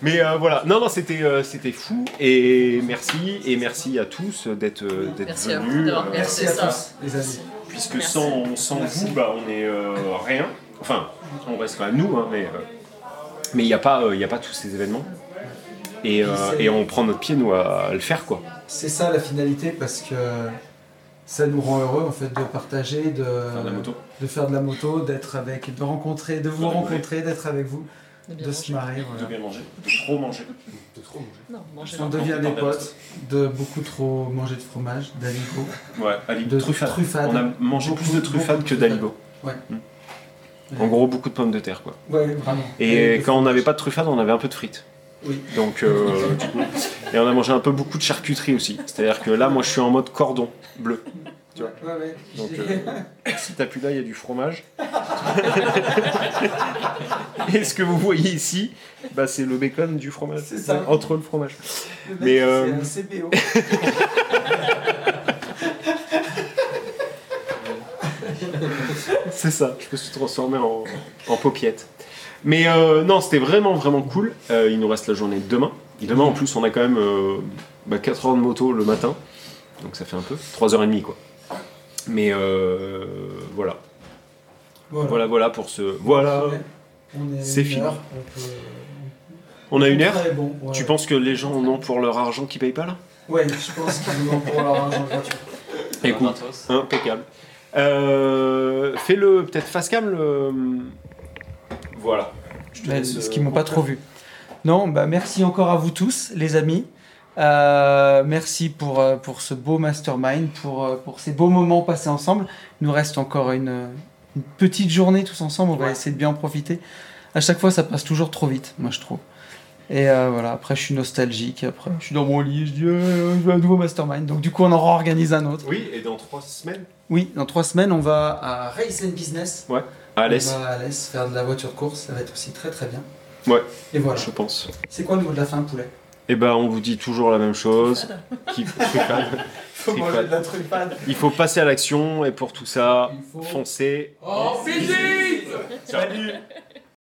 Speaker 2: Mais euh, voilà, non, non, c'était euh, c'était fou. Et merci, et merci à tous d'être euh, d'être
Speaker 5: Merci à vous
Speaker 2: venus.
Speaker 5: d'avoir Merci regardé à ça. tous,
Speaker 1: les amis.
Speaker 2: Puisque sans, sans vous, bah, on est euh, rien. Enfin, on reste quand même nous, hein, mais euh, mais il n'y a, pas, euh, il y a pas tous ces événements. Et, euh, et on prend notre pied, nous, à, à le faire, quoi.
Speaker 1: C'est ça la finalité parce que ça nous rend heureux en fait de partager, de faire
Speaker 2: de la moto.
Speaker 1: de faire de la moto, d'être avec, de rencontrer, de vous rencontrer, d'être avec vous, de se marrer. voilà.
Speaker 2: De bien manger, de trop manger.
Speaker 1: De trop manger.
Speaker 5: Non, manger
Speaker 1: On
Speaker 5: longtemps.
Speaker 1: devient des
Speaker 5: Non, mais-
Speaker 1: potes, de beaucoup trop manger de fromage, d'alico.
Speaker 2: Ouais, alico,
Speaker 1: de
Speaker 2: truffade.
Speaker 1: truffade.
Speaker 2: On a mangé plus de truffade que d'alico.
Speaker 1: Ouais.
Speaker 2: En gros, beaucoup de pommes de terre, quoi.
Speaker 1: Ouais, vraiment.
Speaker 2: Et quand on n'avait pas de truffade, on avait un peu de frites.
Speaker 1: Oui.
Speaker 2: Donc, euh, du coup, et on a mangé un peu beaucoup de charcuterie aussi. C'est-à-dire que là, moi, je suis en mode cordon bleu. Tu vois
Speaker 1: Ouais, ouais.
Speaker 2: Donc,
Speaker 1: J'ai-
Speaker 2: euh, si t'appuies là, il y a du fromage. et ce que vous voyez ici, bah, c'est le bacon du fromage. C'est
Speaker 1: ça.
Speaker 2: Entre le fromage.
Speaker 1: Le mec,
Speaker 2: Mais euh,
Speaker 1: C'est un CBO.
Speaker 2: c'est ça, je me suis transformé en, en paupiette. Mais euh, non, c'était vraiment, vraiment cool. Euh, il nous reste la journée de demain. Et demain, en plus, on a quand même 4 heures de moto le matin. Donc ça fait un peu. 3h30, quoi. Mais euh, voilà.
Speaker 1: Voilà.
Speaker 2: voilà. Voilà, pour ce. Voilà.
Speaker 1: On est à
Speaker 2: C'est
Speaker 1: une
Speaker 2: fini.
Speaker 1: heure, on peut-
Speaker 2: On a une heure
Speaker 1: Très bon, ouais.
Speaker 2: Tu penses que les gens en ont pour leur argent qui paye pas là
Speaker 1: Ouais, je pense qu'ils nous en pour leur argent gratuit.
Speaker 2: Écoute, impeccable. Euh, Fais-le peut-être face cam. Le... Voilà. Je te
Speaker 1: Mais
Speaker 2: laisse,
Speaker 1: ce
Speaker 2: euh,
Speaker 1: qui m'ont pas trop vu. Non, bah merci encore à vous tous, les amis. Euh, merci pour, euh, pour ce beau mastermind, pour, euh, pour ces beaux moments passés ensemble. Il nous reste encore une, euh, une petite journée tous ensemble, on va essayer de bien en profiter. À chaque fois, ça passe toujours trop vite, moi je trouve. Et euh, voilà, après je suis nostalgique, après je suis dans mon lit, je dis euh, je veux un nouveau mastermind. Donc du coup, on en réorganise un autre.
Speaker 2: Oui, et dans trois semaines
Speaker 1: Oui, dans trois semaines, on va à Race and Business.
Speaker 2: Ouais, à Alès.
Speaker 1: On va à Alès faire de la voiture course, ça va être aussi très très bien.
Speaker 2: Ouais,
Speaker 1: Et voilà.
Speaker 2: je pense.
Speaker 1: C'est quoi le mot de la fin, poulet
Speaker 2: Eh ben, on vous dit toujours la même chose. Qui- Truffade.
Speaker 1: Faut
Speaker 2: Truffade.
Speaker 1: manger de la truffade.
Speaker 2: Il faut passer à l'action et pour tout ça, foncez.
Speaker 9: En visite
Speaker 2: Salut